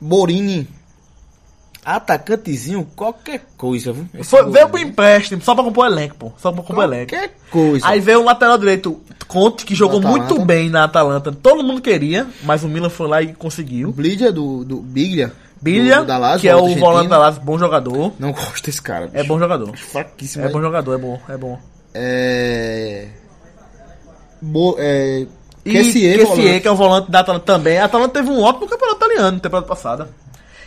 S2: Borini. Atacantezinho, qualquer coisa, viu? Esse Então,
S3: Foi,
S2: Borini.
S3: veio pro empréstimo, só pra compor elenco, pô. Só pra compor elenco.
S2: Qualquer coisa.
S3: Aí veio o lateral direito, Conte, que jogou
S2: Atalanta.
S3: muito bem na Atalanta. Todo mundo queria, mas o Milan foi lá e
S2: O
S3: conseguiu.
S2: Blidia do, do Biglia.
S3: Bilha,
S2: do- da Lazio,
S3: que é o
S2: argentino.
S3: volante da Lazio, bom jogador.
S2: Não gosto desse cara, bicho.
S3: É bom jogador.
S2: Fraquíssimo.
S3: É
S2: né?
S3: bom jogador, é bom, é bom.
S2: É. Bo... é...
S3: E
S2: Kessié,
S3: Kessier,
S2: volante.
S3: que é o volante da Atalanta também. A Atalanta teve um ótimo campeonato italiano na temporada passada.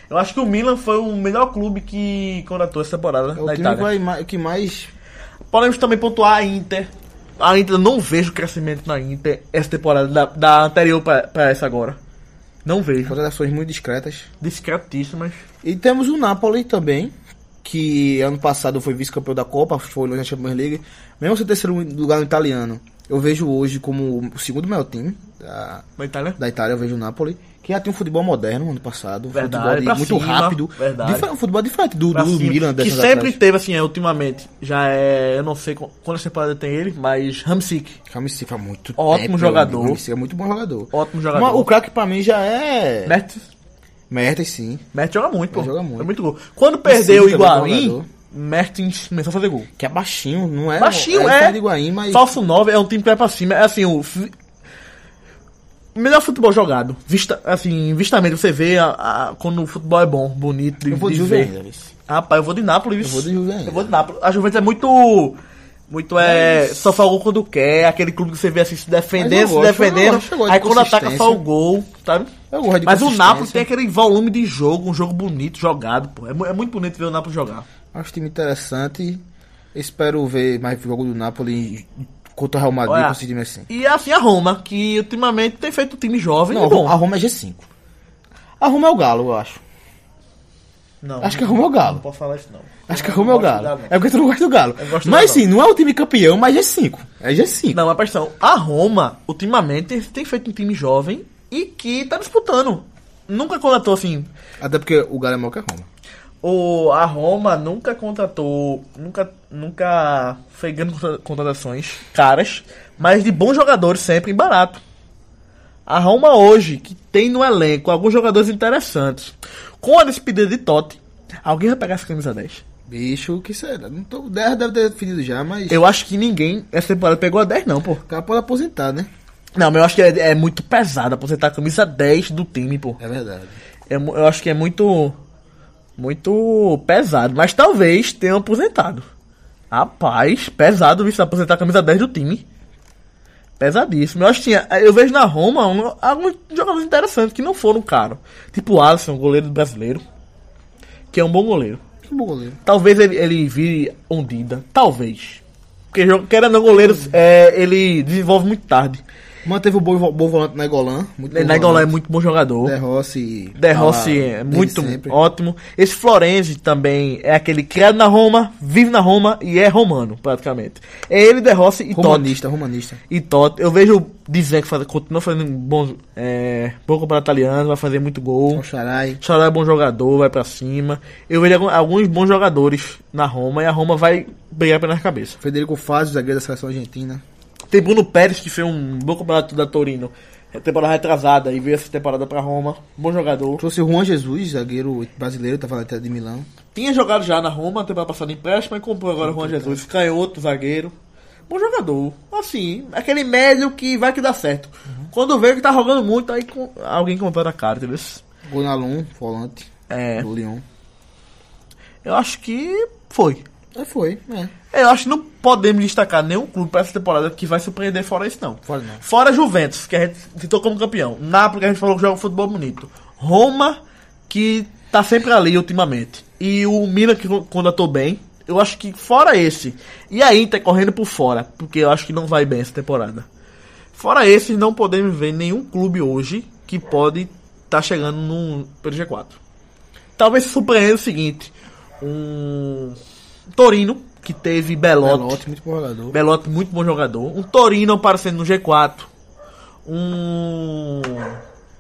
S3: Eu acho que o Milan foi o melhor clube que contratou essa temporada
S2: É o
S3: na
S2: time que,
S3: Itália.
S2: vai ma- que mais
S3: Podemos também pontuar a Inter. A Inter, eu não vejo crescimento na Inter essa temporada, da, da anterior pra, pra essa agora. Não vejo.
S2: contratações muito discretas.
S3: é Discretíssimas.
S2: E temos o Napoli também, que ano passado foi vice-campeão da Copa, foi longe na Champions League, mesmo sem terceiro lugar no italiano. Eu vejo hoje como o segundo melhor time da,
S3: Na Itália?
S2: da Itália, eu vejo o Napoli, que já tem um futebol moderno ano passado, um
S3: Verdade,
S2: futebol de-
S3: pra
S2: muito
S3: cima,
S2: rápido,
S3: verdade.
S2: difer- um futebol diferente do,
S3: Pra
S2: do
S3: cima.
S2: Milan
S3: que
S2: né, dessas
S3: sempre
S2: atrás.
S3: teve, assim, é, ultimamente, já é, eu não sei qu- quantas temporadas tem ele, mas Hamsik.
S2: Ramsey faz muito
S3: Ótimo
S2: tempo, meu
S3: jogador.
S2: amigo. Ramsey é muito bom jogador.
S3: Ótimo jogador. Né?
S2: Mas o craque pra mim já é...
S3: Mert,
S2: Mertens, sim.
S3: Mert joga muito, pô.
S2: Ele joga muito.
S3: É muito gol. Quando perdeu o
S2: Sim, também é bom
S3: Higuaín,
S2: jogador.
S3: Mertens começou a fazer gol.
S2: Que é baixinho, não é...
S3: Baixinho, é.
S2: de Higuaín, mas...
S3: Falso 9 é um time que vai pra cima. É assim, o. f- Melhor futebol jogado. Vista, assim, vistamente, você vê a- a- quando o futebol é bom, bonito, de,
S2: Eu vou de
S3: de
S2: Juve
S3: ver.
S2: ainda, viu?
S3: Rapaz, eu vou de Nápoles.
S2: Eu vou de Juve ainda.
S3: Eu vou de Nápoles. A Juventus é muito. Muito é. Só faz o gol quando quer. é Aquele clube que você vê assim se
S2: Mas
S3: defendendo,
S2: eu
S3: se
S2: gosto, eu
S3: defendendo.
S2: gosto, eu gosto
S3: Aí
S2: de
S3: quando ataca
S2: consistência.
S3: só o gol, sabe?
S2: Eu gosto de
S3: Mas o
S2: consistência.
S3: Nápoles tem aquele volume de jogo, um jogo bonito, jogado, pô. É, mu- é muito bonito ver o Nápoles jogar.
S2: Acho time interessante. Espero ver mais jogo do Napoli contra o Real Madrid
S3: Olha,
S2: com esse time assim.
S3: E assim a Roma, que ultimamente tem feito um time jovem
S2: Não,
S3: e bom.
S2: a Roma é G5. A Roma é o Galo, eu acho.
S3: Não,
S2: Acho que a Roma é o
S3: não
S2: Galo.
S3: posso falar isso não.
S2: Acho que a
S3: Eu não
S2: Roma é o
S3: gosto de
S2: Galo.
S3: Galo, não.
S2: É porque tu não gosta do Galo.
S3: Eu gosto do
S2: Mas
S3: Galo.
S2: sim, não é o time campeão, mas G5. É G5.
S3: Não, mas pressão. A Roma, ultimamente, tem feito um time jovem e que tá disputando. Nunca contratou assim.
S2: Até porque o Galo é maior que a Roma.
S3: O, a Roma nunca contratou. Nunca, nunca foi grandes contra- contratações caras. mas de bons jogadores sempre e barato. A Roma hoje, que tem no elenco alguns jogadores interessantes, com a despedida de Totti, alguém vai pegar essa camisa 10?
S2: Bicho, que será? Não tô, 10 deve ter definido já, mas.
S3: Eu acho que ninguém essa temporada pegou a 10 não, pô.
S2: O cara pode aposentar, né?
S3: Não, mas eu acho que é, é muito pesado aposentar a camisa 10 do time, pô.
S2: É verdade.
S3: É mu- eu acho que é muito. Muito pesado. Mas talvez tenha aposentado. Rapaz, pesado isso aposentar a camisa 10 do time. Pesadíssimo. Eu acho que tinha. Eu vejo na Roma um- alguns jogadores interessantes que não foram caros. Tipo o Alisson, goleiro brasileiro. Que é um bom goleiro.
S2: Que bom goleiro.
S3: Talvez ele, ele vire ondida. Talvez. Porque, jo- querendo ou não, goleiro, é, ele desenvolve muito tarde.
S2: Manteve o bom, vo- bom volante na Egolan. Muito bom
S3: Negolé é
S2: volante.
S3: muito bom jogador.
S2: De Rossi.
S3: De Rossi
S2: tá lá
S3: é
S2: desde
S3: muito
S2: sempre.
S3: ótimo. Esse Florenzi também é aquele criado na Roma, vive na Roma e é romano, praticamente. É ele, De Rossi e Totti.
S2: Romanista, romanista.
S3: E Totti. Eu vejo dizer que faz, continua fazendo um bom, é, bom campeonato italiano, vai fazer muito gol.
S2: O Xarai.
S3: Xará é bom jogador, vai pra cima. Eu vejo algum- alguns bons jogadores na Roma e a Roma vai brigar pelas cabeças.
S2: Federico Fazio, zagueiro da seleção argentina.
S3: Tem Bruno Pérez, que fez um bom campeonato da Torino. é Temporada retrasada e veio essa temporada pra Roma. Bom jogador.
S2: Trouxe o Juan Jesus, zagueiro brasileiro, tava na Inter de Milão.
S3: Tinha jogado já na Roma, temporada passada em empréstimo, e comprou agora o Juan Jesus. Canhoto, zagueiro. Bom jogador. Assim, aquele médio que vai que dá certo. Quando vê que tá jogando muito, aí com- alguém comprou a cara, entendeu?
S2: Gonalon, volante.
S3: É.
S2: Do Lyon.
S3: Eu acho que foi.
S2: É, foi. É.
S3: Eu acho que não podemos destacar nenhum clube pra essa temporada que vai surpreender fora isso, não.
S2: Fora não.
S3: né? Fora Juventus, que a gente citou como campeão. Napoli, que a gente falou que joga um futebol bonito. Roma, que tá sempre ali ultimamente. E o Milan, que quando eu tô bem. Eu acho que fora esse. E a Inter correndo por fora, porque eu acho que não vai bem essa temporada. Fora esse, não podemos ver nenhum clube hoje que pode estar chegando no pelo G4. Talvez surpreenda o seguinte. Um Torino, que teve Belotti.
S2: Belotti, muito bom jogador.
S3: Belotti, muito bom jogador. Um Torino aparecendo no G4. Um.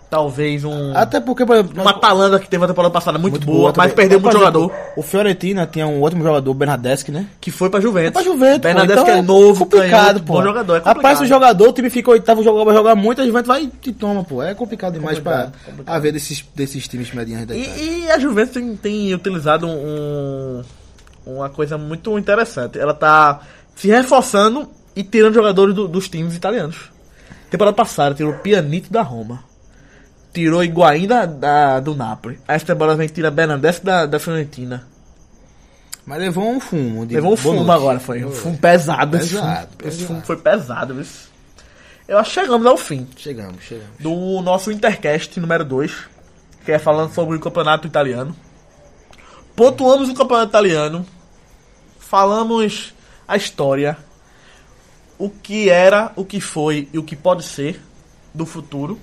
S3: Talvez um.
S4: Ah,
S2: Até porque, por exemplo,
S3: uma Atalanta que teve a temporada passada muito, boa, mas
S2: também.
S3: perdeu muito
S2: Por exemplo,
S3: jogador.
S4: O Fiorentina tinha um ótimo jogador, Bernadeschi, né?
S3: Que foi pra Juventus.
S4: Pra Juventus, pô.
S3: Bernadette,
S4: Então
S3: que é novo,
S4: complicado,
S3: canhoto,
S4: pô.
S3: bom jogador. É complicado.
S4: Aparece um jogador, o time fica oitavo, joga, vai jogar muito, a gente vai...
S2: vai e toma, pô. É complicado demais pra haver desses, desses times medianos da Itália.
S3: E, e a Juventus tem, tem utilizado um, uma coisa muito interessante. Ela tá se reforçando e tirando jogadores do- dos times italianos. Temporada passada, tirou Pianito da Roma. Tirou Higuaín da, da- do Napoli. Essa temporada vem que tira Bernadette da, da Fiorentina.
S2: Mas levou um fumo. de-
S3: Levou um
S2: boa
S3: fumo
S2: noite.
S3: agora, foi. Um fumo pesado. esse fumo.
S2: Pesado,
S3: Esse fumo
S2: pesado.
S3: foi pesado. Isso. Eu acho que chegamos ao fim
S2: Chegamos, chegamos.
S3: do nosso Intercast número 2, que é falando sobre o campeonato italiano. Pontuamos o campeonato italiano, falamos a história, o que era, o que foi e o que pode ser do futuro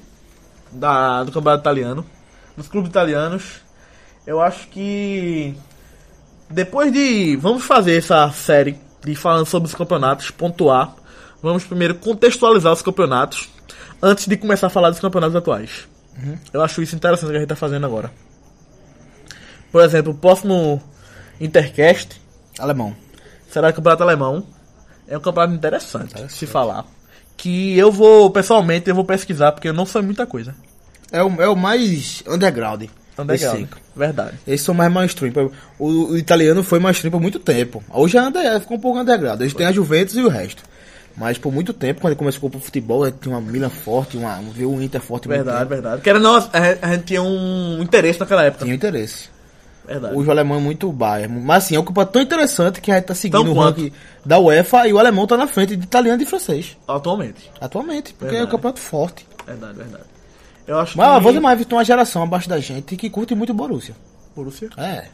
S3: da, do campeonato italiano, dos clubes italianos. Eu acho que depois de. Vamos fazer essa série de falando sobre os campeonatos, pontuar. Vamos primeiro contextualizar os campeonatos antes de começar a falar dos campeonatos atuais.
S2: Uhum.
S3: Eu acho isso interessante que a gente tá fazendo agora. Por exemplo, o próximo Intercast
S2: Alemão.
S3: será o campeonato alemão. É um campeonato interessante, se falar. Que eu vou, pessoalmente, eu vou pesquisar, porque eu não sei muita coisa.
S2: É o, é o mais underground.
S3: Então,
S2: desses
S3: legal.
S2: cinco.
S3: Verdade.
S2: Eles são mais mainstream. Por exemplo, O, o italiano foi mainstream por muito tempo. Hoje é under, ficou um pouco underground. Eles têm a Juventus e o resto. Mas por muito tempo, quando começou com o futebol, a gente tinha uma Milan forte, uma, viu o Inter forte. muito
S3: Verdade,
S2: tempo.
S3: verdade. Querendo ou não, a a gente tinha um interesse naquela época.
S2: Tinha interesse.
S3: Verdade.
S2: Hoje o alemão é muito Bayern. Mas assim, é um campeonato tão interessante que a gente tá seguindo
S3: Tão
S2: o
S3: quanto.
S2: ranking da UEFA e o alemão tá na frente de italiano e francês.
S3: Atualmente.
S2: Atualmente, porque é um
S3: Verdade.
S2: campeonato forte.
S3: Verdade, verdade. Eu acho
S2: Mas
S3: que...
S2: vou demais, visto uma geração abaixo da gente que curte muito o Borussia.
S3: Borussia.
S2: É.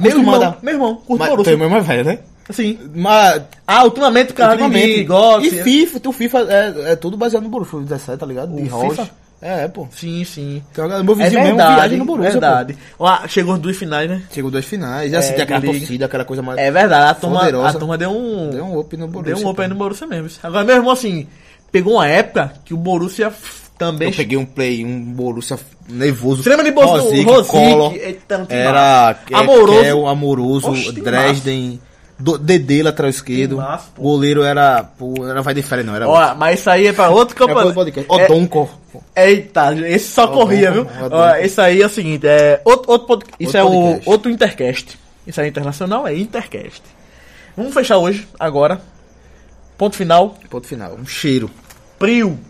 S3: Meu irmão,
S2: Acostumada.
S3: meu irmão, curto
S2: Mas,
S3: Borussia.
S2: teu irmão é velho, né?
S3: Sim.
S2: Mas
S3: Ah, ultimamente, cara,
S2: Ultimamente.
S3: ultimamente, gosta.
S2: E FIFA, o FIFA é, é tudo baseado no Borussia, o 17, tá ligado?
S3: é.
S2: De
S3: O FIFA?
S2: Rocha. É, é, pô.
S3: Sim, sim. É
S2: Tem uma galera- meu vizinho mesmo viaja no Borussia,
S3: verdade. Ó, chegou as duas finais, né?
S2: pô. Chegou duas finais, é, assim,
S3: É,
S2: tem aquela
S3: de liga.
S2: torcida, aquela coisa mais...
S3: É verdade, a turma, a
S2: Poderosa.
S3: turma deu um...
S2: Deu um up no Borussia.
S3: Deu um
S2: pô.
S3: open no Borussia mesmo. Agora, meu irmão, assim, pegou uma época que o Borussia f- também...
S2: Eu peguei um play, um Borussia nervoso.
S3: Você lembra de Borussia?
S2: Rosic,
S3: Rosic,
S2: Collor,
S3: eita, não tem
S2: Era
S3: mais.
S2: é,
S3: Amoroso.
S2: Kel, Amoroso,
S3: Oxe, tem
S2: Dresden. Do- Dedê, lateral esquerdo.
S3: Timaço, pô.
S2: O goleiro era. Pô, era vai de férias, não. Era.
S3: Ó, mas isso aí é pra outro
S2: é coisa do
S3: campeonato.
S2: podcast. Odonco. pô.
S3: É, eita, esse só corria, viu?
S2: Tá bom,
S3: Ó,
S2: bom.
S3: esse aí é o seguinte, é outro, outro pod-
S2: Outro
S3: isso é o
S2: podcast.
S3: outro intercast. Isso aí é internacional, é intercast. Vamos fechar hoje, agora. Ponto final,
S2: Ponto final. Um cheiro.
S3: Prio.